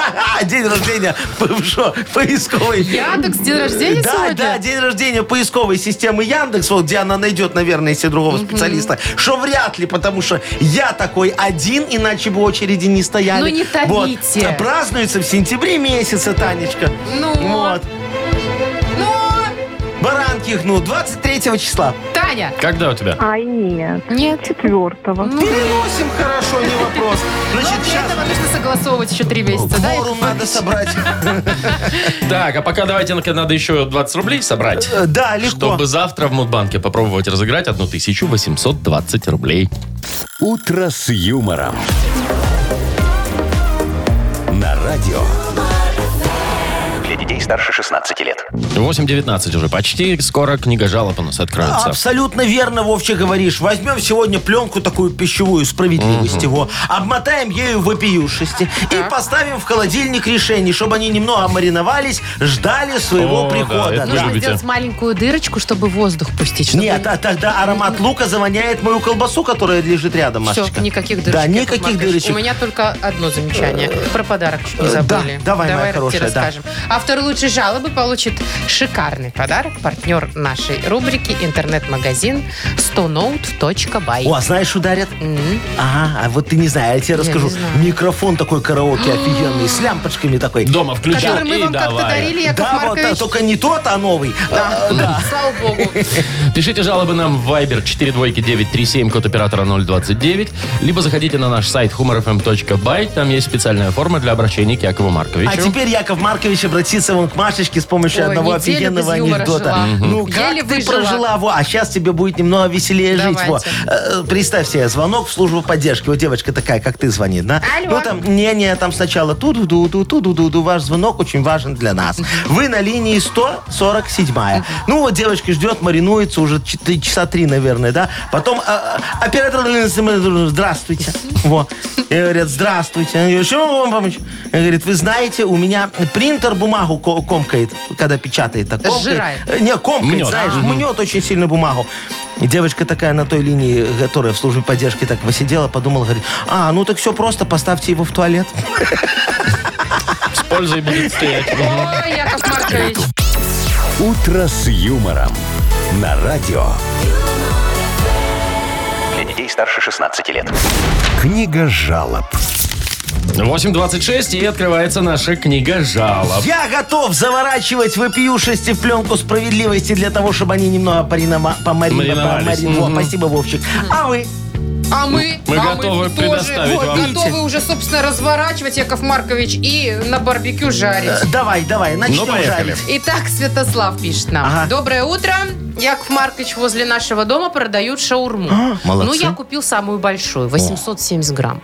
S4: День рождения бывшего поисковой.
S3: Яндекс, день рождения
S4: Да,
S3: сегодня?
S4: да, день рождения поисковой системы Яндекс, вот где она найдет, наверное, себе другого специалиста. Что вряд ли, потому что я такой один, иначе бы очереди не стояли.
S3: Ну, не томите.
S4: Вот. э, Празднуется в сентябре месяце, Танечка.
S3: Ну.
S4: Вот.
S3: Ну,
S4: Баранки их, ну, 23 числа.
S3: Таня,
S2: Когда у тебя?
S6: Ай, нет.
S3: нет.
S6: Четвертого.
S3: Ну,
S4: Переносим, хорошо, не вопрос.
S3: Но
S4: Значит,
S3: для этого
S4: сейчас
S3: нужно согласовывать еще три месяца, да?
S4: кворум надо собрать.
S2: Так, а пока давайте на- надо еще 20 рублей собрать.
S4: Э, Да, легко.
S2: Чтобы завтра в Мудбанке попробовать разыграть 1820 рублей.
S1: Утро с юмором. На радио.
S5: Для детей старше 16 лет.
S2: 8.19 уже почти. Скоро книга жалоб у нас откроется.
S4: Абсолютно верно, Вовче, говоришь. Возьмем сегодня пленку такую пищевую, справедливость его, обмотаем ею вопиюшести и поставим в холодильник решений, чтобы они немного мариновались, ждали своего
S2: О, да,
S4: прихода.
S2: это
S4: Да.
S3: Нужно
S2: любите.
S3: сделать маленькую дырочку, чтобы воздух пустить. чтобы-
S4: Нет, а тогда аромат лука завоняет мою колбасу, которая лежит рядом,
S3: Все,
S4: Машечка.
S3: никаких дырочек.
S4: Да,
S3: Яков
S4: никаких
S3: Маркович.
S4: дырочек.
S3: У меня только одно замечание. Про подарок чуть не
S4: Э, да,
S3: забыли.
S4: давай, моя
S3: Давай
S4: хорошая,
S3: тебе
S4: да.
S3: расскажем. Автор Автор лучшей жалобы получит шикарный подарок. Партнер нашей рубрики интернет-магазин 100note.by.
S4: О, а знаешь, ударят?
S3: М.
S4: Ага, а вот ты не знаю, я тебе расскажу.
S3: не знаю.
S4: Микрофон такой караоке офигенный, с лямпочками такой.
S2: Дома включил
S3: Который мы
S2: и
S3: вам как-то
S2: давай.
S3: дарили, Яков
S4: да, вот, а,
S3: Маркович.
S4: только не тот, а новый.
S3: Да. Слава богу.
S2: Пишите жалобы нам в Viber 42937, код оператора 029. Либо заходите на наш сайт humorfm.by. Там есть специальная форма для обращения к Якову Марковичу.
S4: А теперь Яков Маркович обратится вон к Машечке с помощью
S3: Ой,
S4: одного
S3: неделю
S4: офигенного
S3: без юмора
S4: анекдота.
S3: жила. Мгм.
S4: Ну, как
S3: Еле
S4: ты
S3: выжила.
S4: прожила? Во, а сейчас тебе будет немного веселее жить. Во.
S3: Давайте.
S4: Э, Представь себе, звонок в службу поддержки. Вот девочка такая, как ты звонит, да?
S3: Алло.
S4: Ну, там, не-не, там сначала ту ду ду ду ду ду ду ду Ваш звонок очень важен для нас. Вы на линии 147 Ну, вот девочка ждет, маринуется уже чет- часа три, наверное, да? Потом э, оператор здравствуйте. Вот. И говорят, здравствуйте. Она говорит, чем я могу вам помочь? Она говорит, вы знаете, у меня принтер бумагу ко- комкает, когда печатает. Так, комкает.
S3: Сжирает.
S4: Э, Не, комкает,
S2: Мнет.
S4: знаешь,
S2: Мгм.
S4: мнет очень сильно бумагу. И девочка такая на той линии, э, которая в службе поддержки так посидела, подумала, говорит, а, ну так все просто, поставьте его в туалет.
S2: С пользой будет стоять.
S3: Ой, Яков Маркович.
S1: «Утро с юмором» на радио.
S5: Для детей старше 16 лет.
S1: Книга жалоб.
S2: 8.26 и открывается наша книга жалоб.
S4: Я готов заворачивать вопиюшести в пленку справедливости для того, чтобы они немного поринома- помарино-
S2: Мариновались.
S4: помари- Во,
S2: Мгм.
S4: Спасибо, Вовчик. А вы?
S3: А мы,
S2: Мы
S3: а
S2: готовы
S3: тоже.
S2: предоставить
S3: Вот,
S2: вам.
S3: готовы уже, собственно, разворачивать, Яков Маркович, и на барбекю жарить.
S4: Э, Давай, давай, начнем
S2: Ну, поехали.
S4: жарить.
S3: Итак, Святослав пишет нам.
S4: Ага.
S3: Доброе утро. Яков Маркович, возле нашего дома продают шаурму.
S4: А, молодцы.
S3: Ну, я купил самую большую, 870 грамм.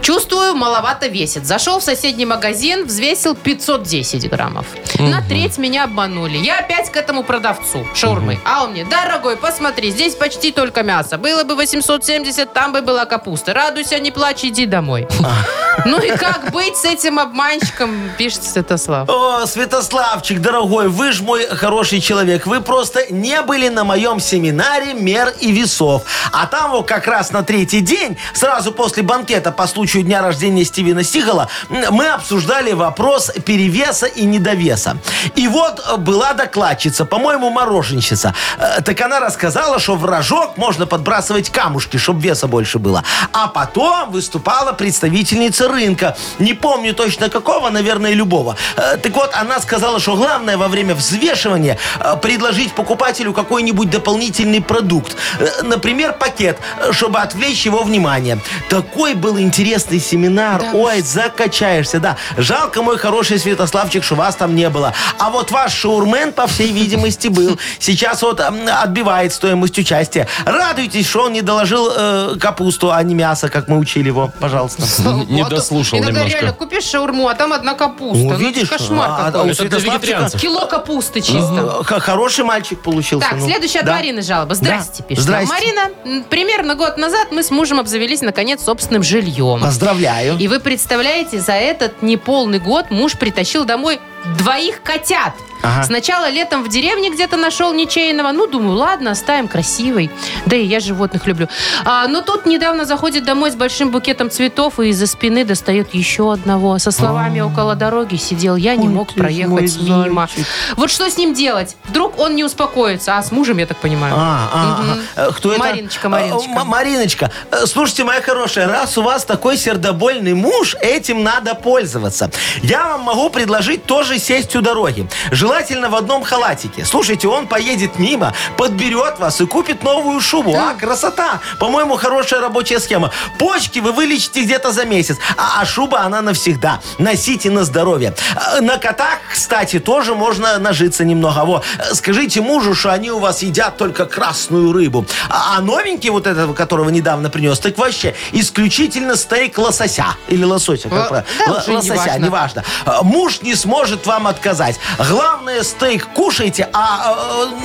S3: Чувствую, маловато весит. Зашел в соседний магазин, взвесил 510 граммов. На треть меня обманули. Я опять к этому продавцу шаурмы. А он мне, дорогой, посмотри, здесь почти только мясо. Было бы 870, там бы была капуста. Радуйся, не плачь, иди домой.
S4: А.
S3: Ну и как быть с этим обманщиком, пишет Святослав.
S4: О, Святославчик, дорогой, вы ж мой хороший человек. Вы просто не были на моем семинаре мер и весов. А там вот как раз на третий день, сразу после банкета по случаю дня рождения Стивена Сигала, м, мы обсуждали вопрос перевеса и недовеса. И вот э, была докладчица, по-моему, мороженщица. Э, Так она рассказала, что в рожок можно подбрасывать камушки, чтобы веса больше было. А потом выступала представительница рынка. Не помню точно какого, наверное, любого. Э, Так вот, она сказала, что главное во время взвешивания э, предложить покупателю какой-нибудь дополнительный продукт. Э, Например, пакет, э, чтобы отвлечь его внимание. Такой был интересный семинар. Ой, закачаешься, да. Жалко, мой хороший Святославчик, что вас там не было. А вот ваш шаурмен, по всей видимости, был. Сейчас вот м, отбивает стоимость участия. Радуйтесь, что он не доложил э, капусту, а не мясо, как мы учили его. Пожалуйста.
S2: Не
S3: А то
S2: дослушал
S3: Иногда
S2: немножко.
S3: реально купишь шаурму, а там одна капуста.
S4: Ну,
S3: Ну,
S4: видишь,
S3: кошмар
S4: а- а
S3: какой.
S4: у
S2: Это для
S4: Святославчика-
S2: вегетарианцев.
S3: Кило капусты чисто.
S4: Э, х- Хороший мальчик получился.
S3: Так,
S4: ну.
S3: следующая от
S4: Да.
S3: Марины жалоба. Здрасте,
S4: Да.
S3: пишет.
S4: Здрасте.
S3: Марина, м, примерно год назад мы с мужем обзавелись, наконец, собственным жильем.
S4: Поздравляю.
S3: И вы представляете, за этот неполный год муж притащил домой двоих котят.
S4: Ага.
S3: Сначала летом в деревне где-то нашел ничейного. Ну, думаю, ладно, оставим красивый. Да и я животных люблю. А, но тут недавно заходит домой с большим букетом цветов и из-за спины достает еще одного. Со словами около дороги сидел я, не
S4: А. Ой,
S3: мог
S4: ты ж мой
S3: проехать мимо.
S4: зайчик.
S3: Вот что с ним делать? Вдруг он не успокоится. А с мужем, я так понимаю.
S4: А, а,
S3: Мгм.
S4: а, э, кто это?
S3: Мариночка, Мариночка.
S4: А, М- Мариночка, э, слушайте, моя хорошая, раз у вас такой сердобольный муж, этим надо пользоваться. Я вам могу предложить тоже сесть у дороги. Желательно в одном халатике. Слушайте, он поедет мимо, подберет вас и купит новую шубу. А, красота! По-моему, хорошая рабочая схема. Почки вы вылечите где-то за месяц, а, а шуба она навсегда. Носите на здоровье. Э, На котах, кстати, тоже можно нажиться немного. Во, э, скажите мужу, что они у вас едят только красную рыбу. А, а новенький вот этого, которого недавно принес, так вообще исключительно стейк лосося. Или лосося, как
S3: Л-
S4: правильно.
S3: да
S4: Л-
S3: уже не
S4: лосося,
S3: важно.
S4: неважно. Э, Муж не сможет вам отказать. Главное, стейк кушайте, а,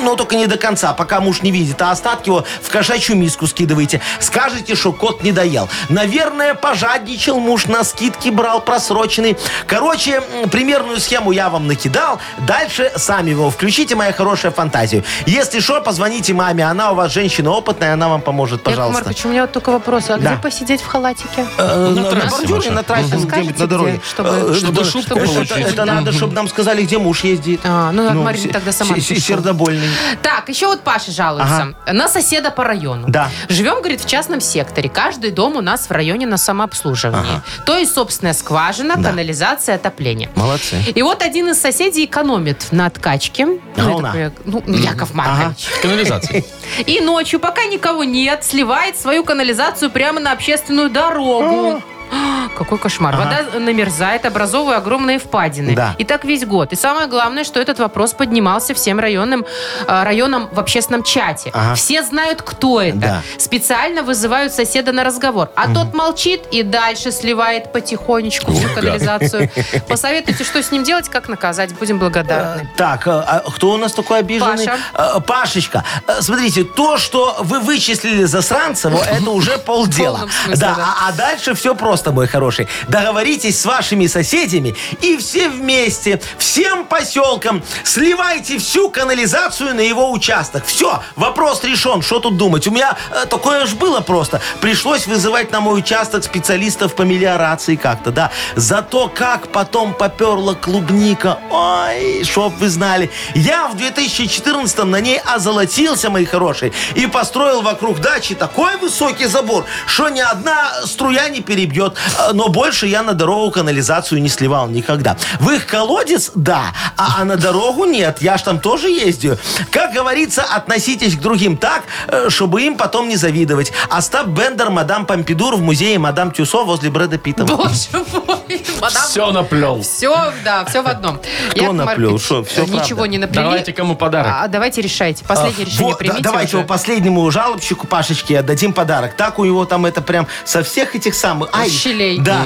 S4: э, но только не до конца, пока муж не видит, а остатки его в кошачью миску скидывайте. Скажете, что кот не доел. Наверное, пожадничал муж, на скидки брал просроченный. Короче, м, примерную схему я вам накидал. Дальше сами его включите, моя хорошая фантазию. Если что, позвоните маме, она у вас женщина опытная, она вам поможет,
S3: Яков
S4: пожалуйста.
S3: Маркович, у меня вот только вопрос. А
S4: Да.
S3: где посидеть в халатике?
S4: Э,
S2: На
S4: На
S2: трассе
S4: бордюре,
S2: вашей.
S4: на трассе,
S3: Мгм.
S4: где-нибудь
S3: Расскажете,
S4: на дороге.
S3: где, чтобы-
S4: Э,
S2: Чтобы
S4: это-
S2: шубку
S4: это-
S2: получить.
S4: Это надо,
S2: Мгм.
S4: чтобы нам сказали, где муж ездит.
S3: А, ну,
S4: Ну,
S3: Марина
S4: се-
S3: тогда сама
S4: се- се-
S3: напишу.
S4: Сердобольный.
S3: Так, еще вот Паша жалуется. На соседа по району.
S4: Да.
S3: Живем, говорит, в частном секторе. Каждый дом у нас в районе на самообслуживании. То есть собственная скважина, канализация, отопление.
S4: Молодцы.
S3: И вот один из соседей экономит на откачке. Ну, я
S4: Говна.
S3: такая, Ну, Яков Маркович.
S2: Канализация.
S3: И ночью, пока никого нет, сливает свою канализацию прямо на общественную дорогу. Какой кошмар. Вода намерзает, образовывая огромные впадины.
S4: Да.
S3: И так весь год. И самое главное, что этот вопрос поднимался всем районным, э, районам в общественном чате.
S4: Ага.
S3: Все знают, кто это.
S4: Да.
S3: Специально вызывают соседа на разговор. А тот молчит и дальше сливает потихонечку всю канализацию. Посоветуйте, что с ним делать, как наказать. Будем благодарны.
S4: Так, э, а кто у нас такой обиженный?
S3: Паша.
S4: Э, Пашечка, э, смотрите, то, что вы вычислили засранца, вот это уже полдела.
S3: полном смысле,
S4: Да,
S3: да.
S4: а- а дальше все просто, мой хороший. Договоритесь с вашими соседями и все вместе, всем поселкам сливайте всю канализацию на его участок. Все, вопрос решен, что тут думать. У меня э, такое ж было просто. Пришлось вызывать на мой участок специалистов по мелиорации как-то, да. Зато как потом поперла клубника. Ой, чтоб вы знали. Я в 2014 на ней озолотился, мои хорошие, и построил вокруг дачи такой высокий забор, что ни одна струя не перебьет. Э, Но больше я на дорогу канализацию не сливал никогда. В их колодец – да, а, а на дорогу – нет. Я ж там тоже ездил. Как говорится, относитесь к другим так, э, чтобы им потом не завидовать. Остап Бендер, мадам Помпидур в музее мадам Тюсо возле Брэда Питта.
S3: Боже мой, мадам
S2: Все наплел.
S3: Все, да, все в одном. Яков
S4: наплел?
S3: Маркович,
S4: Что, всё
S3: Ничего
S4: правда?
S3: не наплели.
S2: Давайте кому подарок.
S3: А, давайте решайте. Последнее решение
S4: Вот, А, да,
S3: примите
S4: давайте
S3: уже.
S4: его последнему жалобщику Пашечке отдадим подарок. Так у него там это прям со всех этих самых... Ай,
S3: Щелей.
S4: Да.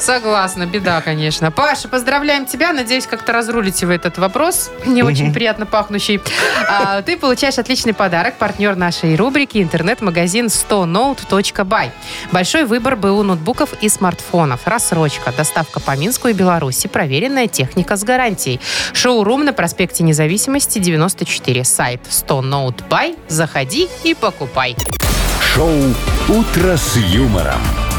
S3: Согласна, беда, конечно. Паша, поздравляем тебя. Надеюсь, как-то разрулите вы этот вопрос. Не очень приятно пахнущий. А, ты получаешь отличный подарок. Партнер нашей рубрики интернет-магазин 100note.by. Большой выбор БУ ноутбуков и смартфонов. Рассрочка, доставка по Минску и Беларуси. Проверенная техника с гарантией. Шоурум на проспекте Независимости 94. Сайт 100note.by. Заходи и покупай.
S1: Шоу «Утро с юмором»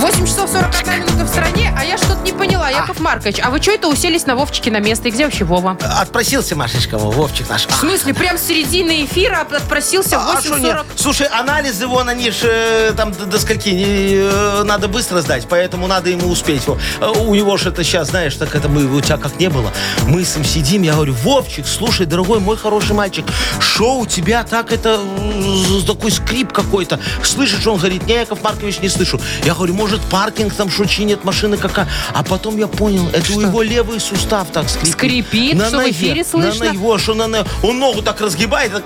S3: 8 часов 41 минута в стране, а я что-то не поняла, Яков Маркович. А вы что это уселись на Вовчике на место? И где вообще Вова?
S4: Отпросился Машечка, во, Вовчик наш.
S3: В смысле, прям с середины эфира отпросился в
S4: А шо не?
S3: 8.40?
S4: Слушай, анализы вон они ж э, там до, до скольки не, э, надо быстро сдать, поэтому надо ему успеть. Во, э, У него же это сейчас, знаешь, так это мы у тебя как не было. Мы с ним сидим, я говорю, Вовчик, слушай, дорогой мой хороший мальчик, шо у тебя так это м, такой скрип какой-то? Слышишь? Он говорит, не, Яков Маркович, не слышу. Я говорю, может, паркинг там шо чинит, машина какая? А потом я понял, это у его левый сустав так скрипит.
S3: Скрипит, что в эфире слышно?
S4: На его, что на, на- он ногу так разгибает, так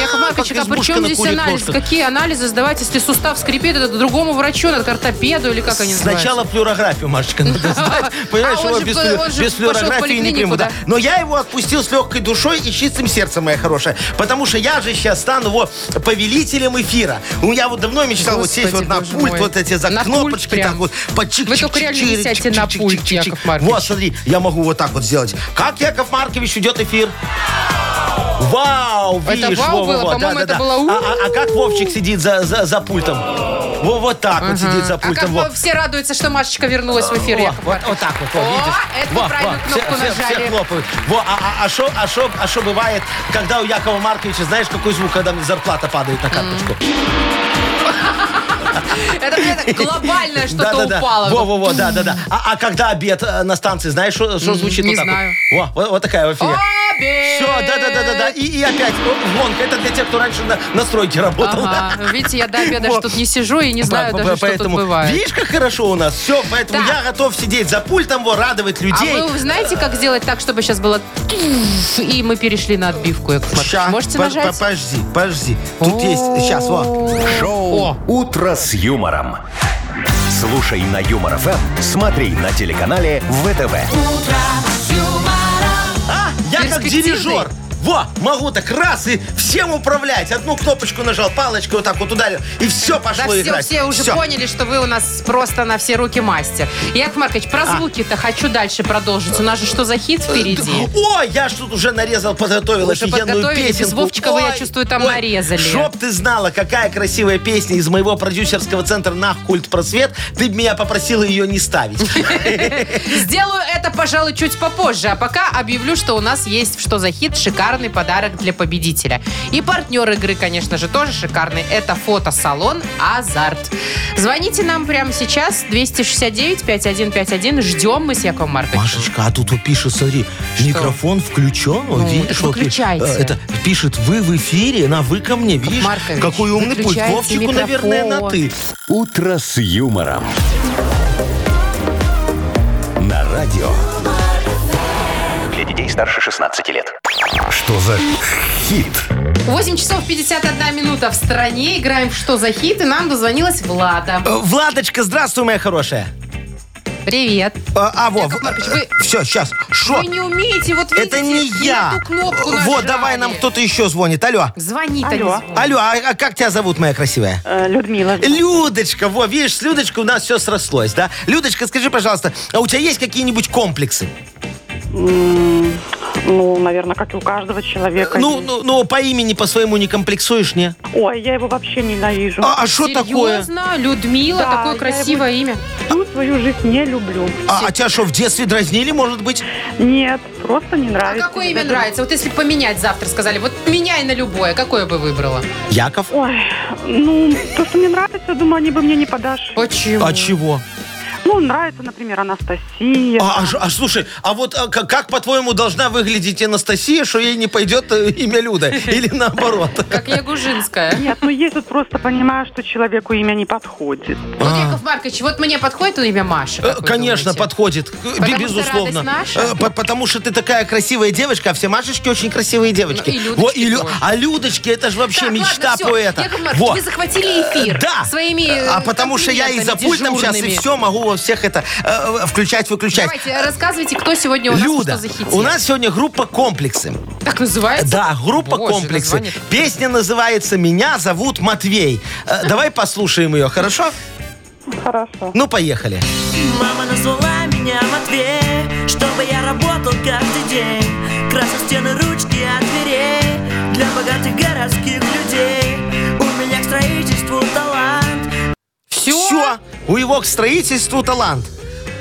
S3: Яков Маркович,
S4: как
S3: а при
S4: избушка
S3: чем
S4: на
S3: здесь
S4: курит
S3: анализ?
S4: ножках.
S3: Какие анализы сдавать, если сустав скрипит, это другому врачу, надо к ортопеду или как они называются?
S4: Сначала флюорографию, Машечка, надо сдать. Понимаешь,
S3: А он
S4: его
S3: же
S4: без,
S3: в-
S4: флю-
S3: он же
S4: без
S3: пошел в
S4: флюорографии не
S3: поликлинику,
S4: примут.
S3: да?
S4: да. Но я его отпустил с легкой душой и чистым сердцем, моя хорошая. Потому что я же сейчас стану его повелителем эфира. У меня вот давно мечтал вот сесть
S3: Господи,
S4: вот на
S3: боже
S4: пульт,
S3: мой.
S4: вот эти за
S3: На пульт
S4: кнопочки
S3: прям.
S4: так вот. под чик-
S3: Вы
S4: чик-
S3: только реально
S4: чик-
S3: не
S4: чик-
S3: сядьте
S4: чик-
S3: на
S4: чик-
S3: пульт,
S4: чик- чик-
S3: Яков
S4: чик.
S3: Маркович.
S4: Вот, смотри, я могу вот так вот сделать. Как Яков Маркович идет эфир? Вау!
S3: Это
S4: видишь,
S3: вау
S4: во, во,
S3: было?
S4: во,
S3: По-моему,
S4: да,
S3: это
S4: да, да.
S3: было
S4: А- а- А как
S3: «У-у-у».
S4: Вовчик сидит за- за за пультом? Во, вот так вот сидит за
S3: А как
S4: пультом. во.
S3: вы все радуются, что Машечка вернулась в эфир,
S4: Во,
S3: Яков
S4: вот,
S3: Маркович?
S4: вот так вот, во,
S3: О,
S4: видишь?
S3: это вы
S4: Во,
S3: правильную
S4: во,
S3: кнопку
S4: все, все- все
S3: нажали.
S4: хлопают. Во, а, а, а шо, а шо- а шо бывает, когда у Якова Марковича, знаешь, какой звук, когда мне зарплата падает на карточку?
S3: Это какая-то глобальное что-то
S4: Да-да-да.
S3: упало.
S4: Во, во, во, да, да, да. А, а когда обед э, на станции, знаешь, что что звучит?
S3: не
S4: вот так вот?
S3: знаю.
S4: Во, вот, вот такая вот фигня.
S3: Обед!
S4: Все, да, да, да, да, да. И, и опять о, гонка. Это для тех, кто раньше на, на стройке работал.
S3: Ага, ну, видите, я до обеда ж
S4: Вот.
S3: тут не сижу и не знаю
S4: По- по-
S3: даже, что тут
S4: поэтому,
S3: бывает.
S4: Видишь, как хорошо у нас. Все, поэтому
S3: Так.
S4: я готов сидеть за пультом, во, радовать
S3: А
S4: людей.
S3: вы знаете, как сделать так, чтобы сейчас было «тюф», и мы перешли на отбивку? Яков Маркович?
S4: Ща,
S3: Можете
S4: по-
S3: нажать?
S4: по- Подожди, подожди. Тут есть, сейчас, вот.
S1: Шоу
S3: О.
S1: «Утро с юмором». Слушай на Юмор ФМ, смотри на телеканале ВТВ.
S7: юмор,
S4: А, я как
S3: Перспективный.
S4: дирижер. во, могу так раз и всем управлять. Одну кнопочку нажал, палочкой вот так вот ударил, и все
S3: Да
S4: пошло
S3: все,
S4: играть.
S3: все уже
S4: Всё.
S3: поняли, что вы у нас просто на все руки мастер. Яков Маркович, про
S4: А.
S3: звуки-то хочу дальше продолжить. У нас же что за хит впереди?
S4: О, я ж тут уже нарезал, подготовил
S3: Уже
S4: офигенную
S3: подготовили, без
S4: песенку.
S3: Вовчика вы, я чувствую, там нарезали.
S4: Чтоб ты знала, какая красивая песня из моего продюсерского центра «Нах, культ, просвет». Ты б меня попросила ее не ставить.
S3: Сделаю это, пожалуй, чуть попозже. А пока объявлю, что у нас есть в «Что за хит» шикарный подарок для победителя. И партнер игры, конечно же, тоже шикарный. Это фотосалон «Азарт». Звоните нам прямо сейчас. 269-5151. Ждем мы с Яковом Марковичем.
S4: Машечка, а тут вот пишет, смотри, микрофон включен. Вот
S3: Ну,
S4: видишь,
S3: так
S4: вот,
S3: выключайте.
S4: э, это пишет, вы в эфире, на вы ко мне, видишь?
S3: Маркович,
S4: какой умный путь.
S3: выключайте
S4: Вовчику,
S3: микрофон.
S4: наверное, на ты.
S1: «Утро с юмором». На радио.
S5: Для детей старше 16 лет.
S1: Что за хит?
S3: 8 часов 51 минута в стране. Играем в «Что за хит?» И нам дозвонилась Влада.
S4: Э, Владочка, здравствуй, моя хорошая.
S3: Привет.
S4: Э, А, вот.
S3: Яков Маркович, вы-
S4: Все, сейчас. Шо?
S3: Вы не умеете, вот видите,
S4: Это не
S3: не
S4: я.
S3: ту кнопку
S4: Вот, давай
S3: нажали.
S4: нам кто-то еще звонит. Алло.
S3: Звони-то
S6: Алло.
S3: не звони.
S4: Алло, а, а как тебя зовут, моя красивая?
S6: Э, Людмила.
S4: Людочка, во, видишь, с Людочкой у нас все срослось, да? Людочка, скажи, пожалуйста, а у тебя есть какие-нибудь комплексы?
S6: М, Ну, наверное, как и у каждого человека.
S4: Ну,
S6: есть.
S4: ну, ну, по имени по своему не комплексуешь, не?
S6: Ой, я его вообще ненавижу.
S4: А что такое?
S3: Серьезно? Людмила,
S6: Да,
S3: такое
S6: я
S3: красивое имя.
S6: Всю свою жизнь не люблю.
S4: А, а тебя что, в детстве дразнили, может быть?
S6: Нет, просто не
S3: А
S6: нравится.
S3: какое имя нравится? Вот если поменять завтра, сказали, вот меняй на любое, какое бы выбрала?
S4: Яков?
S6: Ой, ну, то, что мне нравится, думаю, они бы мне не подашь.
S3: Почему?
S4: А чего?
S6: Ну, нравится, например, Анастасия.
S4: А, а ж- а слушай, а вот а, как, как, по-твоему, должна выглядеть Анастасия, что ей не пойдет э, имя Люда? Или наоборот?
S3: Как Ягужинская.
S6: Нет, ну есть вот просто понимаю, что человеку имя не подходит.
S3: Вот, Яков Маркович, вот мне подходит имя Маша?
S4: А. Э, Конечно, подходит. К- бе-
S3: Потому что
S4: Безусловно.
S3: радость наша.
S4: Э, по- Потому что ты такая красивая девочка, а все Машечки очень красивые девочки.
S3: Ну, и Людочки
S4: Во, Лю-
S3: тоже.
S4: А Людочки, это же вообще
S3: Так,
S4: мечта
S3: ладно, всё.
S4: поэта.
S3: Яков Маркович,
S4: Во.
S3: вы захватили эфир.
S4: Да.
S3: Своими э,
S4: а потому что я и за
S3: комплиментами
S4: пультом сейчас и
S3: дежурными.
S4: все могу во всех это э, включать, выключать.
S3: Давайте, э, рассказывайте, кто сегодня у нас и
S4: Люда,
S3: что за хит.
S4: у нас сегодня группа «Комплексы».
S3: Так называется?
S4: Да, группа
S3: Боже,
S4: «Комплексы».
S3: название-то.
S4: Песня называется «Меня зовут Матвей». Э, Давай послушаем ее, хорошо?
S6: Хорошо.
S4: Ну, поехали.
S7: Мама назвала меня Матвей Чтобы я работал каждый день Красил стены ручки от дверей Для богатых городских людей У меня к строительству талант
S3: Все?
S4: Всё, У его к строительству талант.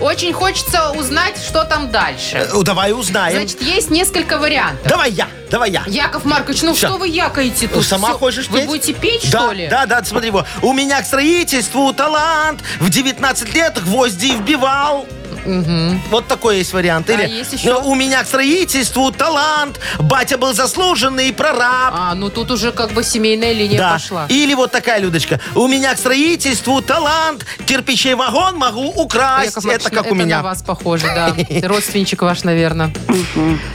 S3: Очень хочется узнать, что там
S4: Э,
S3: дальше.
S4: Давай узнаем.
S3: Значит, есть несколько вариантов.
S4: Давай я, давай я.
S3: Яков Маркович, ну
S4: Всё.
S3: что вы якаете
S4: Ну,
S3: тут?
S4: Сама
S3: Всё.
S4: хочешь
S3: Вы
S4: петь?
S3: будете петь,
S4: да,
S3: что ли?
S4: Да, да, смотри, вот. у меня к строительству талант. В 19 лет гвозди вбивал. Вот такой есть вариант. Или
S3: А, есть еще?
S4: «Ну, у меня к строительству талант. Батя был заслуженный прораб.
S3: А, ну тут уже как бы семейная линия
S4: да.
S3: пошла.
S4: Или вот такая, Людочка. У меня к строительству талант. Кирпичей вагон могу украсть.
S3: Яков
S4: это
S3: Маркович, ну,
S4: как у меня.
S3: на вас похоже, да. Родственничек ваш, наверное.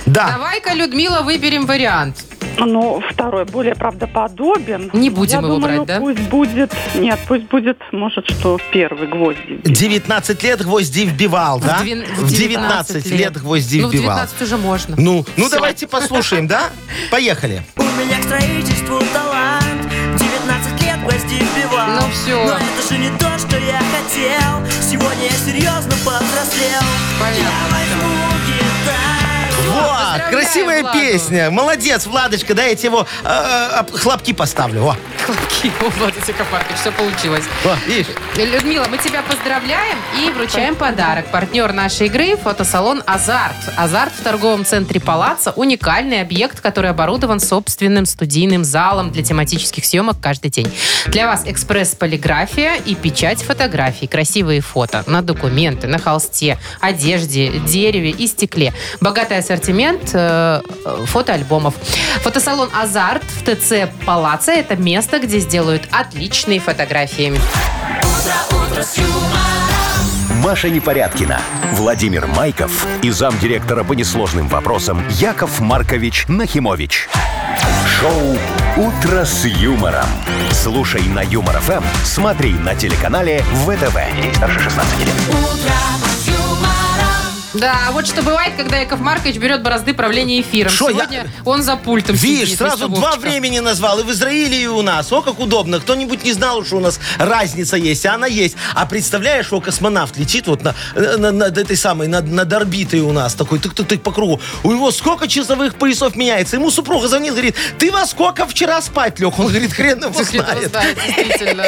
S4: Да.
S3: Давай-ка, Людмила, выберем вариант.
S6: Ну, второй более правдоподобен.
S3: Не будем
S6: Я
S3: его
S6: думаю,
S3: брать, да?
S6: пусть будет... Нет, пусть будет, может, что первый гвозди.
S4: 19 лет гвозди вбивал, да?
S3: В двен- в
S4: 19, лет гвозди
S3: Ну, в
S4: вбивал.
S3: 19 уже можно.
S4: Ну, ну
S3: Всё.
S4: давайте послушаем, да? Поехали.
S7: У меня к строительству талант 19 лет гвозди вбивал
S3: Ну всё.
S7: Но это же не то, что я хотел Сегодня я серьезно повзрослел
S3: Понятно.
S7: Я возьму гитару
S4: Во,
S3: поздравляем
S4: красивая
S3: Владу.
S4: песня. Молодец, Владочка, да, я тебе его э, об- хлопки поставлю. Во,
S3: Какие у Влады Яков Маркович, все получилось.
S4: во, видишь?
S3: Людмила, мы тебя поздравляем и вручаем подарок. Партнер нашей игры – фотосалон «Азарт». «Азарт» в торговом центре «Палаца» – уникальный объект, который оборудован собственным студийным залом для тематических съемок каждый день. Для вас экспресс-полиграфия и печать фотографий. Красивые фото на документы, на холсте, одежде, дереве и стекле. Богатый ассортимент э, э, фотоальбомов. Фотосалон «Азарт» в ТЦ «Палаца» – это место, где сделают отличные фотографии.
S1: Маша Непорядкина, Владимир Майков и замдиректора по несложным вопросам Яков Маркович Нахимович. Шоу «Утро с юмором». Слушай на Юмор ФМ, смотри на телеканале ВТВ. Здесь старше 16 лет.
S8: Юмором.
S3: Да, а вот что бывает, когда Яков Маркович берет борозды правления эфиром.
S4: Шо, я-
S3: Сегодня он за пультом
S4: Видишь,
S3: сидит вместо
S4: сразу два
S3: Вовчика.
S4: времени назвал. И в Израиле, и у нас. О, как удобно. Кто-нибудь не знал, что у нас разница есть, а она есть. А представляешь, о, космонавт летит вот на, э, на- над этой самой, над, над орбитой у нас. Такой тык-тык-тык по кругу. У него сколько часовых поясов меняется? Ему супруга звонит, говорит, ты во сколько вчера спать лег? Он говорит, хрен его
S3: Хрен его
S4: знает.
S3: знает, действительно.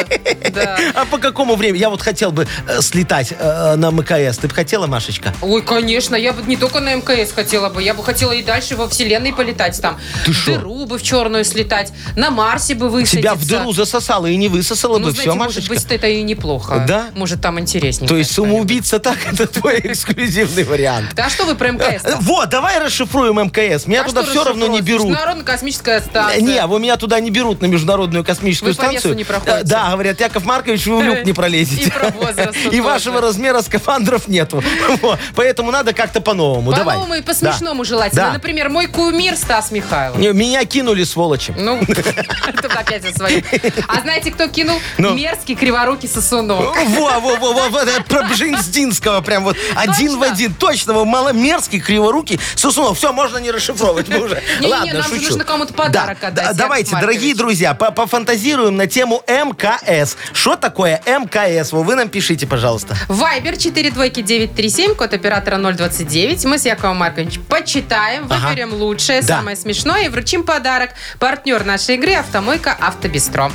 S3: Да.
S4: А по какому времени? Я вот хотел бы э, слетать э, на МКС. Ты бы хотела, Машечка?
S3: Ой, конечно, я бы не только на МКС хотела бы, я бы хотела и дальше во Вселенной полетать там.
S4: Ты
S3: в
S4: шо?
S3: дыру бы в черную слетать, на Марсе бы высадиться.
S4: Тебя в дыру засосало и не высосало
S3: Ну,
S4: бы.
S3: знаете,
S4: Все,
S3: может
S4: Машечка.
S3: быть, это и неплохо.
S4: Да?
S3: Может, там интереснее.
S4: То есть самоубийца так, это твой эксклюзивный вариант.
S3: Да а что вы про МКС? А
S4: Э, Вот, давай расшифруем мкс Меня туда все равно не берут.
S3: Международно-космическая
S4: Э,
S3: станция.
S4: Не, вы меня туда не берут на Международную космическую
S3: Вы по весу
S4: станцию.
S3: не проходите.
S4: Э, Да, говорят, Яков Маркович, вы в люк не пролезете.
S3: И про возраст
S4: И
S3: тоже.
S4: вашего размера скафандров нету. Вот, Поэтому надо как-то по-новому. ну, Давай.
S3: По-новому и по-смешному желательно.
S4: Да.
S3: Например, мой кумир Стас Михайлов.
S4: Не, Меня кинули, сволочи.
S3: Ну, это опять о своем. А знаете, кто кинул?
S4: Ну.
S3: Мерзкий криворукий сосунок.
S4: Во, во, во, во, вот это про Бжинздинского прям вот один в один. Точно, во, маломерзкий, криворукий, сосунок. Все, можно не расшифровывать, мы уже.
S3: Не-не-не,
S4: Ладно,
S3: нам же
S4: шучу.
S3: нужно кому-то подарок
S4: Да,
S3: отдать,
S4: да,
S3: Яков
S4: Давайте,
S3: Маркович.
S4: дорогие друзья, по- пофантазируем на тему МКС. Что такое МКС? Во, Вы нам пишите, пожалуйста.
S3: Вайбер 42937, код оператора 029. Мы с Яковом Марковичем почитаем,
S4: Ага.
S3: выберем лучшее,
S4: Да.
S3: самое смешное и вручим подарок. Партнер нашей игры «Автомойка Автобестро».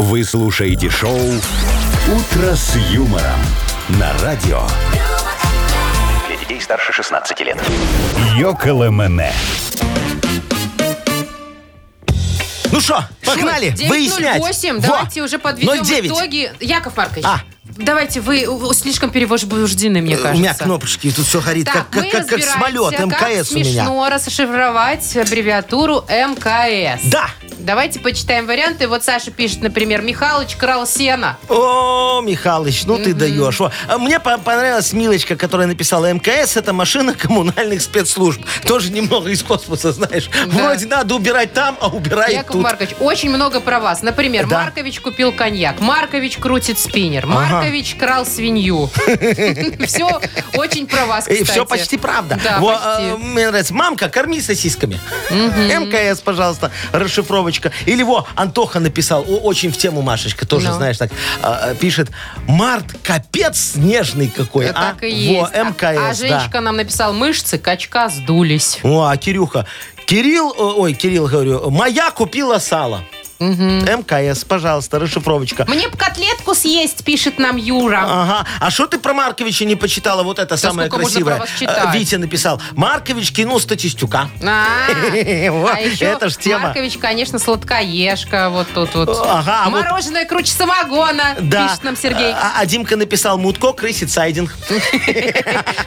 S1: Вы слушаете шоу «Утро с юмором» на радио
S5: Для детей старше 16 лет.
S1: Йоколэмэне.
S4: Ну что, погнали, выяснять.
S3: 9.08,
S4: Во,
S3: давайте уже подведем
S4: 09.
S3: итоги. Яков Маркович,
S4: А.
S3: давайте, вы у- слишком перевозбуждены, мне
S4: Э, У
S3: кажется.
S4: меня кнопочки, и тут все горит,
S3: Так,
S4: как, как,
S3: мы
S4: как, как
S3: разбираемся,
S4: самолет
S3: как
S4: МКС у меня.
S3: смешно расшифровать аббревиатуру МКС.
S4: Да.
S3: Давайте почитаем варианты. Вот Саша пишет, например, Михалыч крал сено.
S4: О, Михалыч, ну ты даешь. О, а Мне по- понравилась Милочка, которая написала МКС. Это машина коммунальных спецслужб. Тоже немного из космоса, знаешь. Вроде надо убирать там, а убирает
S3: Яков
S4: тут.
S3: Маркович, очень много про вас. Например,
S4: Да.
S3: Маркович купил коньяк, Маркович крутит спиннер, Маркович крал свинью. Все очень про вас,
S4: И
S3: кстати.
S4: все почти правда.
S3: Да,
S4: Во, э,
S3: почти.
S4: мне нравится. Мамка, корми сосисками. МКС, пожалуйста, расшифровочка. Или во, Антоха написал, о, очень в тему Машечка, тоже,
S3: Ну.
S4: знаешь, так э, э, пишет. Март, капец снежный какой,
S3: Да,
S4: а?
S3: Так и
S4: Во,
S3: есть. А-
S4: МКС,
S3: А
S4: да.
S3: Женечка нам написал, мышцы качка сдулись.
S4: О, а Кирюха. Кирилл, э, ой, Кирилл, говорю, моя купила сало. МКС, пожалуйста, расшифровочка.
S3: Мне бы котлетку съесть, пишет нам Юра.
S4: Ага. А что ты про Марковича не почитала? Вот это самое
S3: сколько можно
S4: красивое.
S3: про вас читать?
S4: Э, Витя написал. Маркович кинул статистюка.
S3: А,
S4: Вот,
S3: а еще
S4: это ж тема.
S3: Маркович, конечно, сладкоежка, вот тут вот.
S4: Ага, а вот-
S3: Мороженое круче самогона, пишет нам Сергей.
S4: А, а Димка написал Мутко, крысит сайдинг.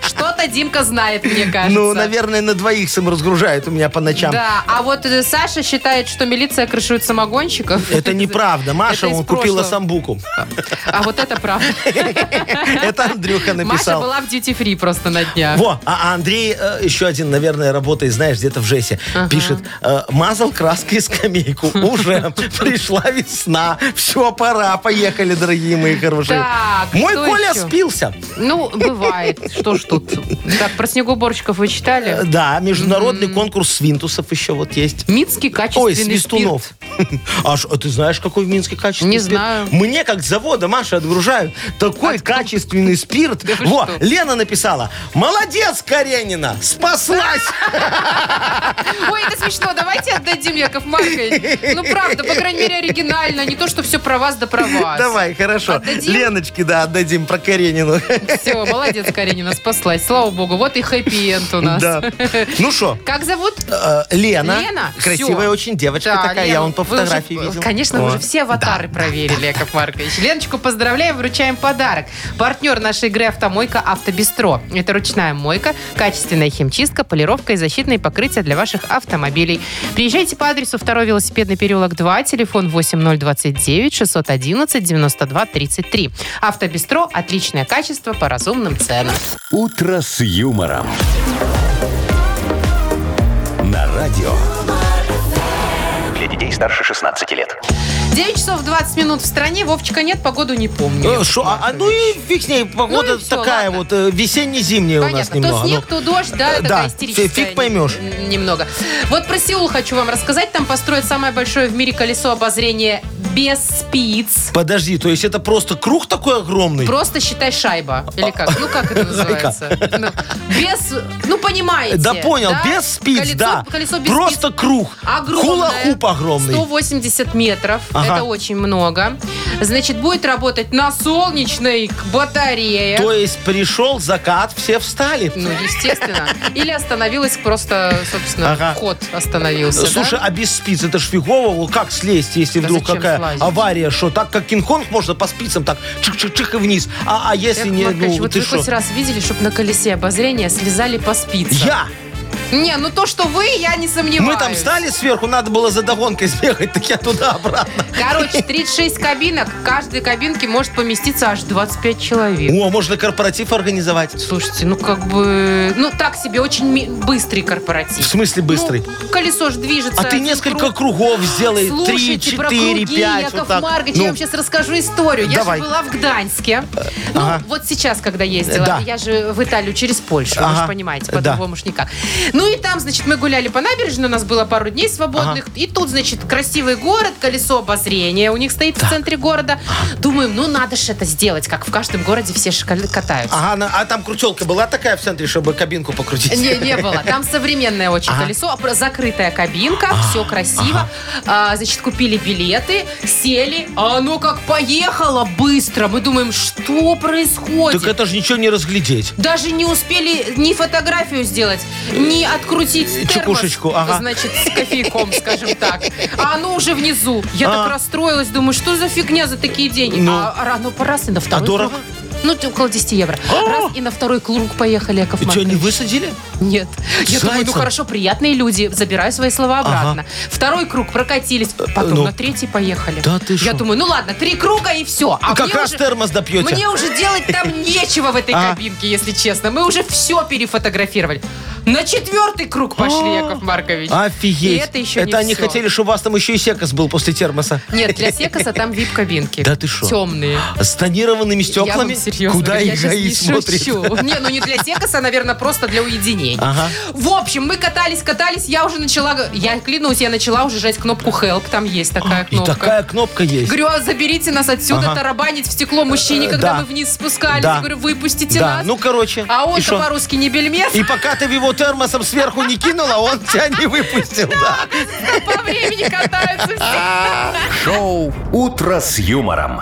S3: Что-то Димка знает, мне кажется.
S4: а. Ну, наверное, на двоих сам разгружают у меня по ночам.
S3: Да, а вот э, Саша считает, что милиция крышует самогонщиков.
S4: Это неправда. Маша,
S3: из
S4: он купила
S3: прошлого.
S4: самбуку.
S3: А вот это правда.
S4: Это Андрюха
S3: Маша
S4: написал.
S3: была в дьюти-фри просто на днях.
S4: Во, а а Андрей э, еще один, наверное, работает, знаешь, где-то в Жесе. Пишет, э, мазал краской скамейку. Уже пришла весна. Все, пора. Поехали, дорогие мои хорошие.
S3: Так,
S4: Мой
S3: что
S4: Коля
S3: еще?
S4: спился.
S3: Ну, бывает. Что ж тут. Так, про снегоуборщиков вы
S4: Э,
S3: читали?
S4: Да, международный конкурс свинтусов еще вот есть.
S3: Минский
S4: Ой,
S3: качественный спирт.
S4: свистунов. А, ж- а ты знаешь, какой в Минске качественный
S3: Не
S4: спирт?
S3: знаю.
S4: Мне как с завода, Маша, отгружают. Такой качественный спирт.
S3: вы
S4: Во,
S3: что?
S4: Лена написала. Молодец, Каренина, спаслась.
S3: Ой, это смешно. Давайте отдадим, Яков Маркович. Ну, правда, по крайней мере, оригинально. а Не то, что все про вас, да про вас.
S4: Давай, хорошо.
S3: Отдадим?
S4: Леночке, да, отдадим про Каренину.
S3: Все, молодец, Каренина, спаслась. Слава богу. Вот и хэппи-энд у нас.
S4: Да. Ну что,
S3: Как зовут?
S4: Лена.
S3: Лена?
S4: Красивая
S3: Всё.
S4: очень девочка
S3: Да,
S4: такая,
S3: Лен,
S4: я вон по
S3: вы уже-
S4: фотографии видел.
S3: Конечно,
S4: О.
S3: вы уже все аватары проверили, Яков Маркович. Леночку поздравляем, вручаем подарок. Партнер нашей игры «Автомойка Автобестро». Это ручная мойка, качественная химчистка, полировка и защитные покрытия для ваших автомобилей. Приезжайте по адресу 2 велосипедный переулок 2, телефон 8029-611-92-33. «Автобестро» – отличное качество по разумным ценам.
S1: «Утро с юмором». На радио
S5: Для детей старше 16 лет.
S3: 9 часов 20 минут в стране. Вовчика нет, погоду не помню.
S4: Э, шо, а, а, ну и фиг с ней, погода
S3: Ну и всё,
S4: такая
S3: ладно.
S4: вот э, весенне-зимняя у нас
S3: Понятно,
S4: немного.
S3: то снег,
S4: ну.
S3: то дождь, да,
S4: Э,
S3: это
S4: да,
S3: такая истерическая
S4: фиг
S3: н-
S4: поймешь.
S3: н- Немного. Вот про Сеул хочу вам рассказать. Там построят самое большое в мире колесо обозрения без спиц.
S4: Подожди, то есть это просто круг такой огромный?
S3: Просто считай шайба. Или как? Ну, как это называется? Ну, без... Ну, понимаете.
S4: Э, Да понял,
S3: да?
S4: без спиц,
S3: Колесо-
S4: да.
S3: Колесо без
S4: Просто
S3: спиц.
S4: круг.
S3: Огромное.
S4: Хула-хуп огромный.
S3: 180 метров.
S4: Ага.
S3: Это очень много. Значит, будет работать на солнечной батарее.
S4: То есть пришел закат, все встали.
S3: Ну, естественно. Или остановилась просто, собственно,
S4: Ага.
S3: вход остановился. да?
S4: Слушай, а без спиц это ж фигово, вот как слезть, если
S3: Да
S4: вдруг
S3: зачем
S4: какая
S3: слазить?
S4: авария, что так как Кинг-Конг можно по спицам так чик-чик-чик и вниз, а, а если
S3: Яков
S4: не,
S3: Маркович,
S4: ну
S3: вот
S4: ты
S3: вы
S4: что?
S3: хоть раз видели, чтобы на колесе обозрения слезали по спицам?
S4: Я!
S3: Не, ну то, что вы, я не сомневаюсь.
S4: Мы там встали сверху, надо было за догонкой сбегать, так я туда-обратно.
S3: Короче, 36 кабинок. В каждой кабинке может поместиться аж 25 человек.
S4: О, можно корпоратив организовать.
S3: Слушайте, ну как бы... Ну так себе, очень ми- быстрый
S4: В
S3: корпоратив.
S4: смысле быстрый?
S3: Ну, колесо же движется.
S4: А ты
S3: один
S4: несколько
S3: круг.
S4: кругов сделай. Три,
S3: Слушайте, про
S4: четыре,
S3: круги,
S4: пять.
S3: Яков
S4: Вот так.
S3: Маркович,
S4: Ну,
S3: я вам сейчас расскажу историю. Я
S4: Давай. Э,
S3: же была в Гданьске. Ну,
S4: ага.
S3: вот сейчас, когда ездила,
S4: Да.
S3: я же в Италию через Польшу, вы
S4: Ага.
S3: же понимаете,
S4: Да.
S3: по-другому ж никак. Ну и там, значит, мы гуляли по набережной, у нас было пару дней свободных. И тут, значит, красивый город, колесо обозрения у них стоит в центре города. Думаем, ну надо же это сделать, как в каждом городе все же катаются.
S4: Ага, на- а там крутелка была такая в центре, чтобы кабинку покрутить?
S3: Не, не было. Там современное очень колесо, а про- закрытая кабинка, все красиво. А, значит, купили билеты, сели, а оно как поехало быстро. Мы думаем, что происходит?
S4: Так это же ничего не разглядеть.
S3: Даже не успели ни фотографию сделать, ни открутить термос,
S4: Чекушечку, Э, ага.
S3: значит, с кофейком, скажем так. А оно уже внизу. Я так расстроилась, думаю, что за фигня за такие деньги?
S4: А. Ну.
S3: А а оно раз и на второй
S4: дорого?
S3: круг. Ну, т- около 10 евро. Раз и на второй круг поехали, Яков
S4: И что, не
S3: Маркович.
S4: высадили?
S3: Нет. Я думаю, ну
S4: Зайцем?
S3: хорошо, приятные люди. Забираю свои слова обратно. Второй круг прокатились, потом
S4: ну.
S3: на третий поехали.
S4: Да ты
S3: Я
S4: шо?
S3: думаю, ну ладно, три круга и все. А
S4: И как
S3: мне
S4: раз
S3: уже-
S4: термос допьете.
S3: Мне уже делать там нечего в этой
S4: А.
S3: кабинке, если честно. Мы уже все перефотографировали. На четвертый круг пошли, Яков Маркович.
S4: А. Офигеть.
S3: И это еще не
S4: Это они
S3: всё.
S4: хотели, чтобы у вас там еще и секас был после термоса.
S3: Нет, для секоса там вип-кабинки.
S4: Да ты шо?
S3: Темные.
S4: С тонированными
S3: Я вам
S4: стеклами?
S3: серьезно
S4: Куда
S3: говорю, я
S4: их
S3: щас
S4: и
S3: не
S4: смотрит?
S3: шучу. Не, ну не для секаса, наверное, просто для уединения.
S4: Ага.
S3: В общем, мы катались, катались, я уже начала, г- я клянусь, я начала уже жать кнопку help, там есть такая
S4: И
S3: кнопка.
S4: такая кнопка есть.
S3: Говорю, а заберите нас отсюда,
S4: Ага.
S3: тарабанить в стекло мужчине,
S4: Э,
S3: когда
S4: да.
S3: мы вниз спускались.
S4: Да.
S3: Говорю, выпустите
S4: Да,
S3: нас.
S4: ну короче.
S3: а
S4: и
S3: он-то
S4: шо?
S3: по-русски не бельмес.
S4: И пока ты в его термосом сверху не кинула, он тебя не выпустил. да.
S3: По времени катаются все.
S1: Шоу «Утро с юмором».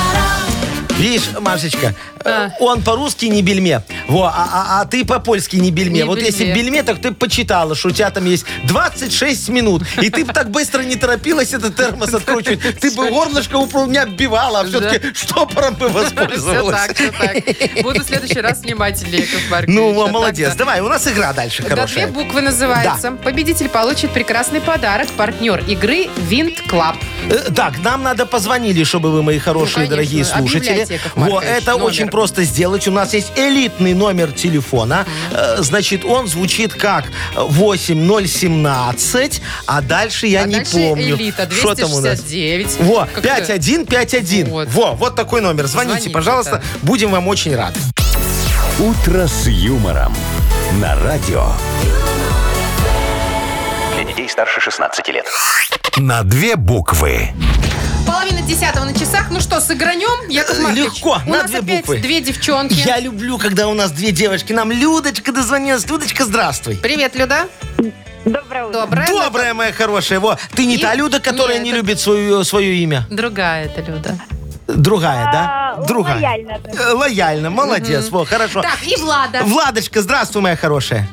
S4: Видишь, Машечка, э,
S3: А.
S4: он по-русски не бельме, во, а, а- а ты по-польски не бельме.
S3: Не
S4: вот если
S3: бельме.
S4: бельме, так ты почитала, что у тебя там есть 26 минут, и ты бы так быстро не торопилась этот термос откручивать. Ты бы горлышко у меня бивала, а все-таки штопором бы
S3: Все так,
S4: воспользовалась.
S3: все так. Буду в следующий раз внимательнее, Яков Маркович.
S4: Ну,
S3: А
S4: во,
S3: так-то.
S4: молодец. Давай, у нас игра дальше
S3: Да, две
S4: хорошая.
S3: буквы называются. Победитель получит прекрасный подарок. Партнер игры Винт Клаб.
S4: Э, Так, нам надо позвонили, чтобы вы, мои хорошие,
S3: Ну, конечно.
S4: дорогие слушатели.
S3: Объявляйте, Яков
S4: Во,
S3: Маркович,
S4: это
S3: номер.
S4: очень просто сделать. У нас есть элитный номер телефона. Э, Значит, он звучит как 8017, а дальше я
S3: а
S4: не
S3: дальше
S4: помню.
S3: элита
S4: Что там у нас?
S3: 269.
S4: Во,
S3: Как-то
S4: 5151.
S3: Вот.
S4: Во, вот такой номер. Звоните,
S3: Звоните,
S4: пожалуйста.
S3: да.
S4: Будем вам очень рады.
S1: «Утро с юмором» на радио.
S5: Для детей старше 16 лет.
S1: На две буквы.
S3: Половина десятого на часах. Ну что, сыгранем, Яков Маркович?
S4: Легко,
S3: У
S4: на
S3: нас
S4: две
S3: опять
S4: буквы.
S3: две девчонки.
S4: Я люблю, когда у нас две девочки. Нам Людочка дозвонилась. Людочка, здравствуй.
S3: Привет, Люда.
S6: Доброе утро.
S3: Доброе.
S4: Добрая моя хорошая. Во, ты не
S3: И-
S4: та Люда, которая
S3: Нет,
S4: не
S3: это-
S4: любит свое, свое имя.
S3: Другая это Люда.
S4: Другая,
S6: А,
S4: да? Другая.
S6: лояльно так.
S4: Э, Лояльно, молодец. Во, хорошо.
S3: Так, и Влада.
S4: Владочка, здравствуй, моя хорошая.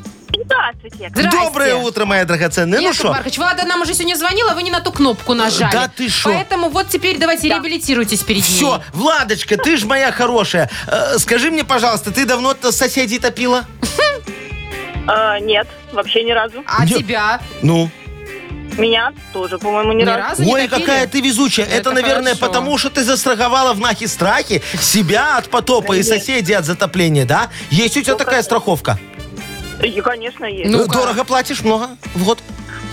S6: Здравствуйте.
S3: Здрасте.
S4: Доброе утро, моя драгоценная.
S3: Яков
S4: ну что?
S3: Маркович, Влада нам уже сегодня звонила, вы не на ту кнопку нажали.
S4: Да ты шо?
S3: Поэтому вот теперь давайте реабилитируйтесь перед ней.
S4: Все, Владочка, ты ж моя хорошая. Э, скажи мне, пожалуйста, ты давно -то соседей топила?
S6: А, нет, вообще ни разу.
S3: А
S4: Нет.
S3: тебя
S4: Ну.
S6: Меня тоже, по-моему, ни,
S3: ни
S6: разу.
S3: разу А не
S4: Ой,
S3: топили?
S4: какая ты везучая. Это,
S3: Это
S4: наверное,
S3: хорошо.
S4: потому что ты застраховала в нахе страхе
S3: Ну,
S4: себя от потопа и соседей от затопления, да? Есть у тебя такая страховка? Э,
S6: И, конечно, есть.
S3: Ну-ка.
S4: Дорого платишь, много в год?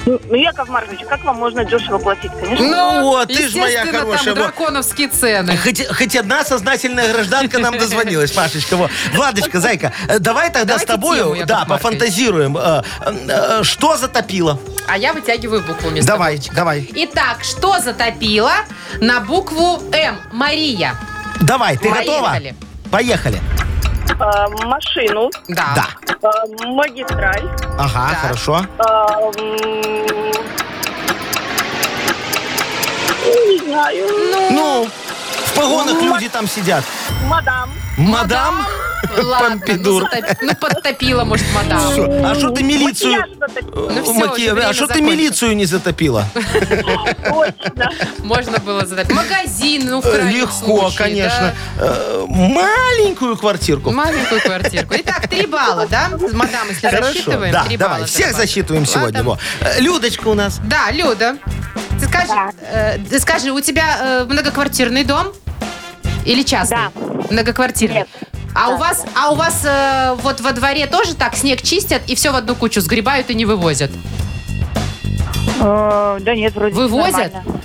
S6: Ну, Яков Маркович, как вам можно дешево платить, конечно?
S4: Ну вот, ты ж
S3: естественно,
S4: моя хорошая.
S3: там
S4: вот.
S3: драконовские цены.
S4: Хоть, хоть одна сознательная гражданка нам дозвонилась, Машечка. Во. Владочка, зайка, э, давай тогда
S3: Давайте
S4: с тобою
S3: тему, Яков
S4: да,
S3: Маркович.
S4: пофантазируем. Э, э, э, Что затопило?
S3: А я вытягиваю букву вместо
S4: Давай, давай.
S3: Итак, что затопило на букву М? Мария.
S4: Давай, ты
S3: Поехали.
S4: готова? Поехали.
S6: Э, машину,
S3: Да.
S4: Да.
S6: э, магистраль,
S4: Ага,
S3: Так.
S4: хорошо.
S6: э, м, не знаю,
S4: Ну, в погонах люди там сидят.
S6: мадам.
S4: Мадам?
S3: Ладно, ну,
S4: Помпидур.
S3: затоп- ну, подтопила, может, мадам.
S4: Всё, А что ты милицию...
S6: Макияж затопил.
S3: Ну
S4: э,
S3: всё, уже
S4: макия-
S3: время
S4: А что ты
S3: закончилось.
S4: милицию не затопила?
S6: Точно.
S3: Можно было затопить. Магазин, ну, в
S4: Э,
S3: крайнем
S4: Легко,
S3: случае,
S4: конечно.
S3: да.
S4: Э, Маленькую квартирку.
S3: Маленькую квартирку. Итак, три балла, да? Мадам, если засчитываем,
S4: да,
S3: три
S4: давай,
S3: балла
S4: всех
S3: зарабатываем.
S4: засчитываем сегодня.
S3: Ладно.
S4: Во. Э, Людочка у нас.
S3: Да, Люда, ты скажи, э, ты скажи, у тебя э, многоквартирный дом или частный?
S6: Да.
S3: Многоквартирный.
S6: Нет.
S3: А у вас, а у вас э, вот во дворе тоже так снег чистят и все в одну кучу сгребают и не вывозят?
S6: Э, Да нет, вроде
S3: Вывозят?
S6: нормально.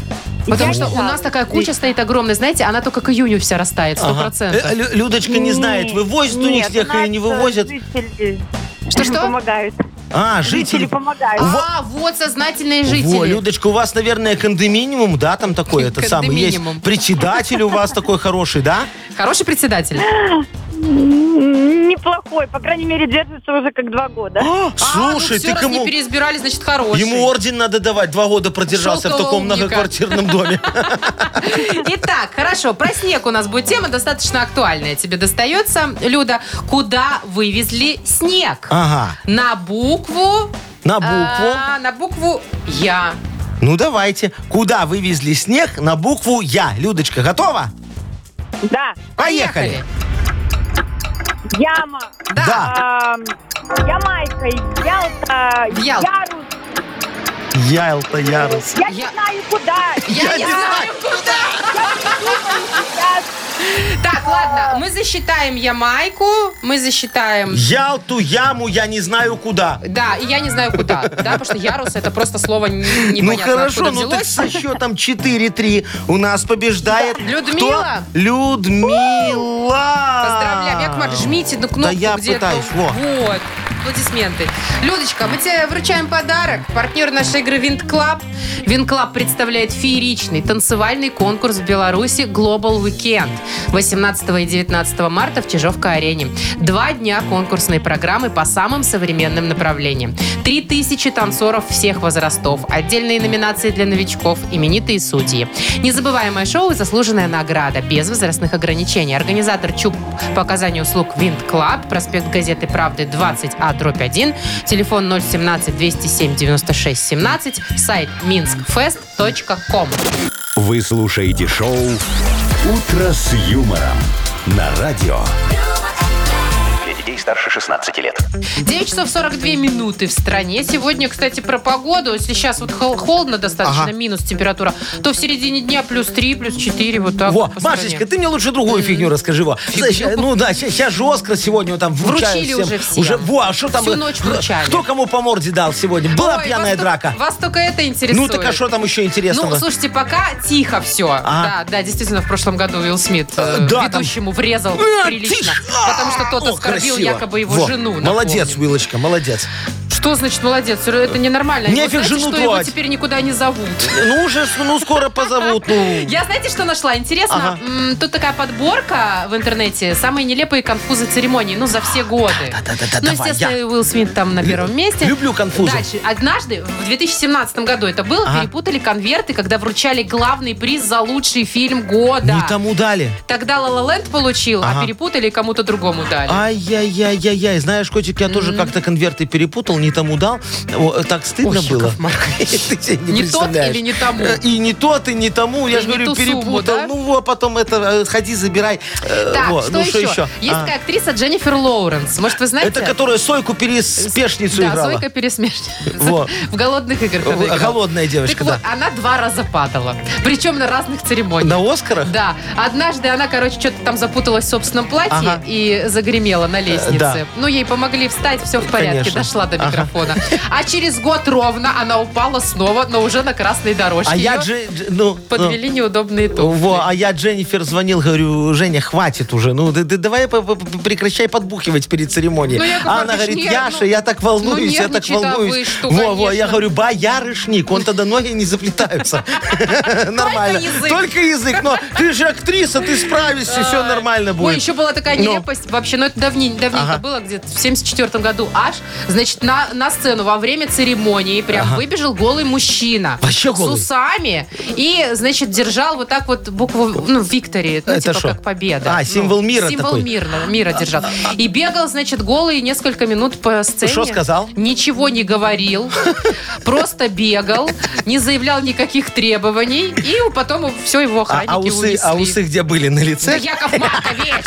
S3: Потому
S6: Я
S3: что
S6: не
S3: у
S6: знаю.
S3: нас такая куча стоит огромная, знаете, она только к июню вся растает, сто
S4: Ага.
S3: процентов.
S4: Э, Лю- Людочка не знает, вывозят у них
S6: Нет,
S4: всех или
S6: нас, э,
S4: не вывозят.
S6: жители
S4: э,
S3: Что-что?
S6: Помогают.
S4: А,
S6: Жители
S4: жители.
S6: помогают.
S3: А, вот сознательные жители.
S4: Во, Людочка, у вас, наверное, кондоминиум, да, там такой, это самый есть.
S3: Кондоминиум.
S4: Председатель у вас такой хороший, да?
S3: Хороший председатель.
S6: М, Неплохой, по крайней мере, держится уже как два года.
S4: А,
S3: А, ну
S4: Слушай,
S3: всё,
S4: ты
S3: раз
S4: кому...
S3: не переизбирали, значит, хороший.
S4: Ему орден надо давать. Два года продержался в
S3: Шелкового
S4: таком
S3: умника.
S4: многоквартирном доме.
S3: Итак, хорошо, про снег у нас будет тема достаточно актуальная. Тебе достается, Люда, куда вывезли снег?
S4: Ага.
S3: На букву...
S4: А. На букву.
S3: А, на букву Я.
S4: Ну давайте. Куда вывезли снег на букву Я? Людочка, готова?
S6: Да,
S4: Поехали.
S6: яма.
S4: Да.
S6: Эм, Ямайка, Ялта,
S3: Ял-
S6: Ярус.
S4: Ялта Ярус.
S6: Я
S3: Я-
S6: не знаю, куда.
S3: Я, не знаю, куда.
S6: Я-
S3: Так, ладно, мы засчитаем Ямайку, мы засчитаем...
S4: Ялту, яму, я не знаю куда.
S3: Да, и я не знаю куда, да, потому что ярус это просто слово не-
S4: Ну
S3: непонятно
S4: хорошо,
S3: откуда
S4: ну так
S3: взялось.
S4: со счетом 4-3 у нас побеждает
S3: Людмила.
S4: Кто? Людмила!
S3: Поздравляем. Яков Маркович, жмите на кнопку,
S4: Да я
S3: где
S4: пытаюсь,
S3: кнопка.
S4: во.
S3: Вот. Аплодисменты. Людочка, мы тебе вручаем подарок. Партнер нашей игры Винт Клаб. Винт Клаб представляет фееричный танцевальный конкурс в Беларуси Global Weekend 18 и 19 марта в Чижовка-арене. Два дня конкурсной программы по самым современным направлениям. 3000 танцоров всех возрастов, отдельные номинации для новичков, именитые судьи. Незабываемое шоу и заслуженная награда без возрастных ограничений. Организатор ЧУП по оказанию услуг Винт Клаб, проспект газеты «Правды» 20А, дробь 1, телефон 017-207-96-17, сайт minskfest.com.
S1: Вы слушаете шоу «Утро с юмором» на радио.
S5: Для детей старше 16 лет.
S3: 9 часов 42 минуты в стране. Сегодня, кстати, про погоду. Если сейчас вот хол- холодно достаточно,
S4: Ага.
S3: минус температура, то в середине дня плюс 3, плюс 4, вот так.
S4: Во,
S3: вот по стране.
S4: Машечка, ты мне лучше другую фигню расскажи. Во. Знаешь, ну да, сейчас жестко сегодня вот там вручают
S3: Вручили
S4: всем.
S3: уже всем.
S4: Уже, во, а что там?
S3: Всю ночь вручали.
S4: Кто кому по морде дал сегодня? Была
S3: Ой,
S4: пьяная
S3: вас только-
S4: драка.
S3: вас только это интересует.
S4: Ну так а что там еще интересного?
S3: Ну, слушайте, пока тихо все.
S4: Ага.
S3: Да, да, действительно, в прошлом году Уилл Смит э,
S4: Э, да, там-
S3: ведущему врезал
S4: А, ты
S3: прилично,
S4: ж-
S3: потому что тот
S4: О,
S3: оскорбил
S4: красиво.
S3: якобы его
S4: Во,
S3: жену. напомним.
S4: Молодец, Вилочка, молодец.
S3: Что значит молодец? Это ненормально.
S4: Нефиг
S3: Его, знаете,
S4: жену
S3: что его
S4: трогать.
S3: теперь никуда не зовут.
S4: Ну уже, ну скоро позовут. Ну.
S3: Я знаете, что нашла? Интересно,
S4: Ага.
S3: м, тут такая подборка в интернете. Самые нелепые конфузы церемонии, ну, за все годы.
S4: да-да-да,
S3: Ну,
S4: давай,
S3: естественно,
S4: я.
S3: Уилл Смит там на первом месте.
S4: Люблю конфузы.
S3: Дальше. Однажды, в 2017 году это было,
S4: Ага.
S3: перепутали конверты, когда вручали главный приз за лучший фильм года.
S4: Не тому дали.
S3: Тогда Ла Ла Ленд получил, а
S4: Ага. А,
S3: перепутали и кому-то другому дали.
S4: Ай-яй-яй-яй-яй. Знаешь, котик, я тоже как-то конверты перепутал, не не тому дал, о, так стыдно
S3: Ой,
S4: было.
S3: Яков Маркович.
S4: Ты себе
S3: Не тот
S4: представляешь.
S3: или не тому?
S4: Э, И не тот, и не тому. Я
S3: И
S4: же
S3: не
S4: говорю,
S3: ту сумму,
S4: перепутал.
S3: да?
S4: Ну, а потом это, э, ходи, забирай. Э,
S3: Так,
S4: вот.
S3: что,
S4: Ну,
S3: еще? Есть
S4: А.
S3: такая актриса Дженнифер Лоуренс. Может, вы знаете?
S4: Это которая Сойку переспешницу
S3: Да,
S4: играла.
S3: Сойка пересмешница.
S4: Во.
S3: В голодных играх она
S4: Э,
S3: играла.
S4: голодная девочка,
S3: Так вот, она два раза падала. Причем на разных церемониях.
S4: На Оскарах?
S3: Да. Однажды она, короче, что-то там запуталась в собственном платье
S4: Ага. Э,
S3: и загремела на лестнице.
S4: да.
S3: Ну, ей помогли встать, все в порядке,
S4: Конечно.
S3: дошла до
S4: Ага.
S3: микрофона. А через год ровно она упала снова, но уже на красной дорожке.
S4: А я
S3: Ее
S4: Дже- Дж- ну, ну,
S3: Подвели неудобные туфли.
S4: Во, а я Дженнифер звонил, говорю, Женя, хватит уже, ну ты, ты давай по- по- по- прекращай подбухивать перед церемонией.
S3: Ну, Яков
S4: а она
S3: Маркович,
S4: говорит,
S3: нет,
S4: Яша,
S3: ну,
S4: я так волнуюсь, я так
S3: нервничай, да,
S4: волнуюсь.
S3: вы что,
S4: во, во, я
S3: конечно.
S4: говорю, боярышник, он тогда ноги не заплетаются. Нормально.
S3: язык.
S4: Только язык. Но ты же актриса, ты справишься, все нормально
S3: Ой,
S4: будет.
S3: еще была такая
S4: Ну.
S3: нелепость вообще, но это давненько, давненько
S4: Ага.
S3: было, где-то в 74 году аж. Значит, на, на сцену во время церемонии прям выбежал голый мужчина.
S4: Вообще голый?
S3: С усами. И, значит, держал вот так вот букву, ну, Виктори, ну,
S4: Это
S3: типа
S4: шо?
S3: как победа.
S4: А, символ
S3: Ну,
S4: мира
S3: Символ
S4: такой. А,
S3: мира, мира держал. И бегал, значит, голый несколько минут по сцене.
S4: Шо сказал?
S3: Ничего не говорил. Просто бегал. Не заявлял никаких требований. И потом все его
S4: А,
S3: охранники
S4: а усы, а
S3: унесли.
S4: усы где были? На
S3: Да,
S4: лице?
S3: Яков Маркович!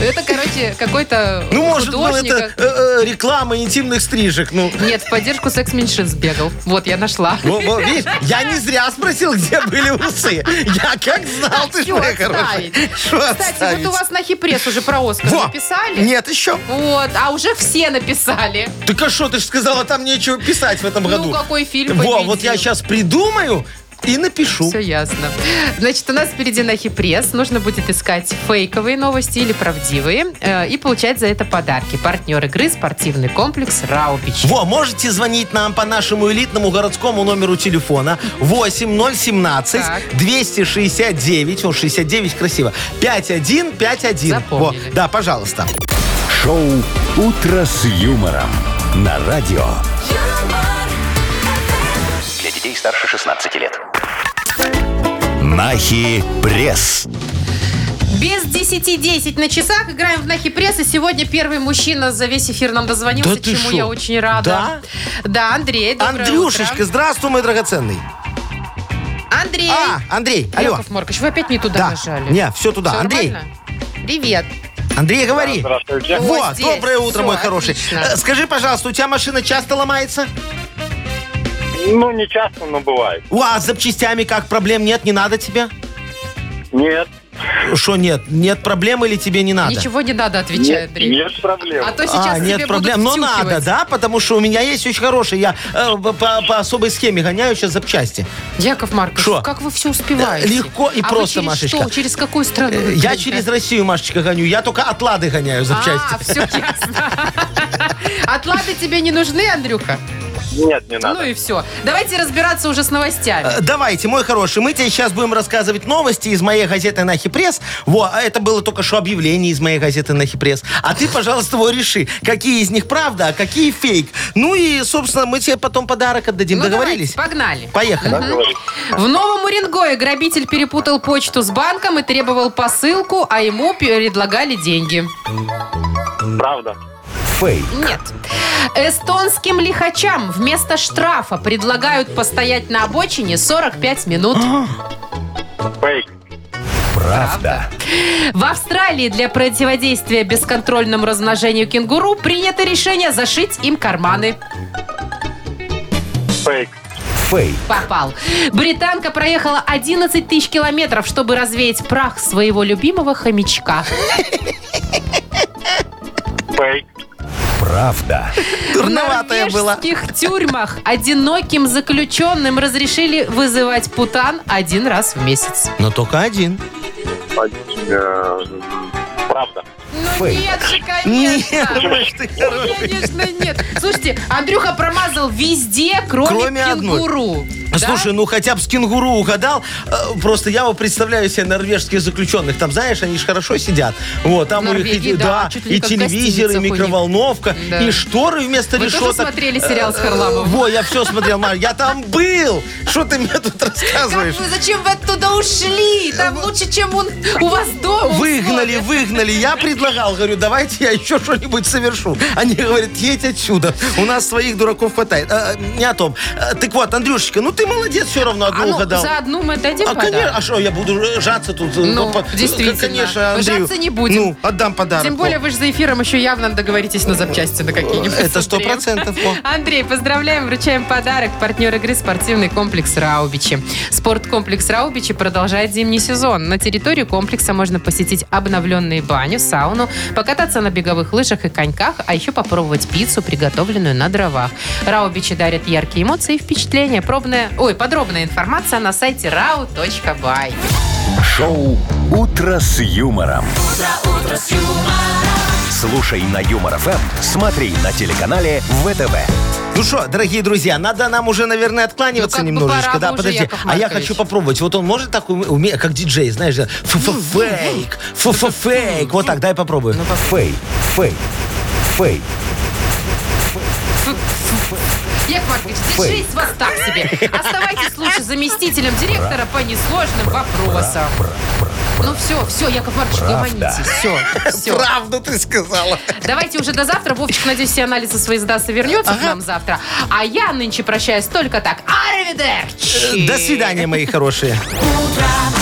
S3: Это, короче, какой-то
S4: Ну, может, ну,
S3: художник.
S4: это э, э, реклама интимных стрижек. Ну,
S3: Нет, в поддержку секс-меньшинств бегал. Вот, я нашла.
S4: Во- во, видишь, я не зря спросил, где были усы. Я как знал, ты ж
S3: Чё
S4: моя хорошая.
S3: А, отставить?
S4: Чё
S3: Кстати, вот
S4: отставить?
S3: у вас на хипресс уже про Оскар
S4: Во!
S3: написали.
S4: Нет, еще.
S3: Вот, а уже все написали.
S4: Так а что, ты же сказала, там нечего писать в этом
S3: Ну,
S4: году.
S3: какой фильм
S4: Во,
S3: победил?
S4: вот я сейчас придумаю и напишу.
S3: Все ясно. Значит, у нас впереди на пресс Нужно будет искать фейковые новости или правдивые э, и получать за это подарки. Партнер игры спортивный комплекс «Раубич».
S4: Во, можете звонить нам по нашему элитному городскому номеру телефона 8017
S3: Так.
S4: 269, о, 69 красиво, 5151. Во,
S3: Запомнили.
S4: да, пожалуйста.
S1: Шоу «Утро с юмором» на радио.
S5: Для детей старше 16 лет.
S1: Нахи пресс.
S3: Без 10-10 на часах играем в Нахи Пресс. И сегодня первый мужчина за весь эфир нам дозвонился,
S4: Да ты
S3: чему
S4: шо?
S3: я очень рада. Да? Да, Андрей, доброе
S4: Андрюшечка,
S3: утро.
S4: здравствуй, мой драгоценный.
S3: Андрей.
S4: А, Андрей, алло.
S3: Яков Маркович, вы опять не туда
S4: Да,
S3: нажали.
S4: не, все туда.
S3: Всё
S4: Андрей,
S3: нормально? Привет.
S4: Андрей, говори.
S3: Вот
S4: Вот,
S3: здесь.
S4: доброе утро,
S3: Всё,
S4: мой хороший.
S3: отлично.
S4: Э, Скажи, пожалуйста, у тебя машина часто ломается?
S8: Ну, не часто, но бывает.
S4: У а с запчастями как? Проблем нет, не надо тебе?
S8: Нет.
S4: Что нет? Нет проблем или тебе не надо?
S3: Ничего не надо, отвечает Андрей.
S8: Нет проблем.
S3: А то сейчас
S4: А,
S3: тебе
S4: нет проблем.
S3: будут
S4: Но надо,
S3: втюхивать.
S4: да? Потому что у меня есть очень хороший. Я э, по, по особой схеме гоняю сейчас запчасти.
S3: Яков Маркович,
S4: Шо?
S3: как вы все успеваете?
S4: Легко и
S3: А вы
S4: просто,
S3: через
S4: Машечка.
S3: что? Через какую страну?
S4: Э,
S3: вы
S4: Я
S3: ходите?
S4: через Россию, Машечка, гоню. Я только от Лады гоняю запчасти.
S3: А, все ясно. Атланты тебе не нужны, Андрюха?
S8: Нет, не
S3: Ну и все. Давайте разбираться уже с новостями. Ну,
S4: Э, Давайте, мой хороший, мы тебе сейчас будем рассказывать новости из моей газеты «Нахи Пресс». Во, а это было только что объявление из моей газеты «Нахи Пресс». А ты, пожалуйста, вот реши, какие из них правда, а какие фейк. Ну и, собственно, мы тебе потом подарок отдадим.
S3: Ну,
S4: Договорились?
S3: давайте, погнали.
S4: Поехали.
S3: В Новом Уренгое грабитель перепутал почту с банком и требовал посылку, а ему предлагали деньги.
S8: Правда.
S1: Фейк.
S3: Нет. Эстонским лихачам вместо штрафа предлагают постоять на обочине 45 минут.
S8: Фейк.
S1: Правда.
S3: В Австралии для противодействия бесконтрольному размножению кенгуру принято решение зашить им карманы.
S8: Фейк.
S1: Фейк.
S3: Попал. Британка проехала 11 тысяч километров, чтобы развеять прах своего любимого хомячка.
S8: Фейк.
S1: Правда.
S4: Дурноватая
S3: В
S4: была.
S3: норвежских тюрьмах одиноким заключенным разрешили вызывать путан один раз в месяц.
S4: Но только один.
S8: Э, Правда.
S3: Ну
S1: Фейк.
S3: нет же,
S4: Нет,
S3: конечно. Ну,
S4: Маш, ты хороший.
S3: Конечно, нет. Слушайте, Андрюха промазал везде, кроме,
S4: Кроме одной.
S3: кенгуру.
S4: Слушай, ну хотя бы с кенгуру угадал. Э, Просто я вот представляю себе норвежских заключенных. Там, знаешь, они же хорошо сидят. Вот, там
S3: В
S4: у них
S3: Норвегии,
S4: и,
S3: да, чуть ли не
S4: и
S3: как
S4: телевизор,
S3: гостиница
S4: и
S3: у них.
S4: микроволновка,
S3: Да.
S4: и шторы вместо
S3: Вы тоже
S4: решеток.
S3: смотрели сериал с
S4: Э, э,
S3: Харламовым?
S4: Во, я все смотрел, Марь, я там был! Что ты мне тут рассказываешь?
S3: Как вы, зачем вы оттуда ушли? Там
S4: Э,
S3: лучше, чем он у вас дома.
S4: Выгнали, выгнали. Я предлагал, говорю, давайте я еще что-нибудь совершу. Они говорят, едь отсюда. У нас своих дураков хватает. А, не о том. А, так вот, Андрюшечка, ну ты молодец, все равно
S3: А
S4: одну
S3: ну,
S4: угадал.
S3: за одну мы дадим
S4: А,
S3: подарок?
S4: конечно, а что, я буду жаться тут?
S3: Ну,
S4: по-
S3: действительно.
S4: Конечно, Андрею.
S3: Жаться не будем.
S4: Ну, отдам подарок.
S3: Тем более вы же за эфиром еще явно договоритесь на запчасти на какие-нибудь.
S4: Это сто
S3: Смотрим.
S4: процентов, во.
S3: Андрей, поздравляем, вручаем подарок. Партнер игры спортивный комплекс Раубичи. Спорткомплекс Раубичи продолжает зимний сезон. На территории комплекса можно посетить обновленные баню, сауну, покататься на беговых лыжах и коньках, а еще попробовать пиццу, приготовленную на дровах. Раубичи дарят яркие эмоции и впечатления. Пробная, ой, подробная информация на сайте rau.by.
S1: Шоу «Утро с юмором». Слушай на Юмор ФМ, смотри на телеканале ВТВ.
S4: Ну что, дорогие друзья, надо нам уже, наверное, откланиваться
S3: Ну, как бы
S4: немножечко.
S3: пора
S4: да,
S3: бы уже,
S4: подожди.
S3: Яков
S4: а я
S3: Маркович.
S4: хочу попробовать. Вот он может так уме- уме- как диджей, знаешь, да? фейк, фейк. Вот так, дай попробую.
S3: Ну,
S1: Фей, фей, фей.
S3: Яков Маркович, держись вас так себе. Оставайтесь лучше заместителем директора по несложным вопросам. Ну все, все, Яков Маркович, угомонитесь. Все, все.
S4: Правду ты сказала.
S3: Давайте уже до завтра. Вовчик, надеюсь, все анализы свои сдаст и вернется к нам завтра. А я нынче прощаюсь только так. Арвидерчи!
S4: До свидания, мои хорошие.
S7: утро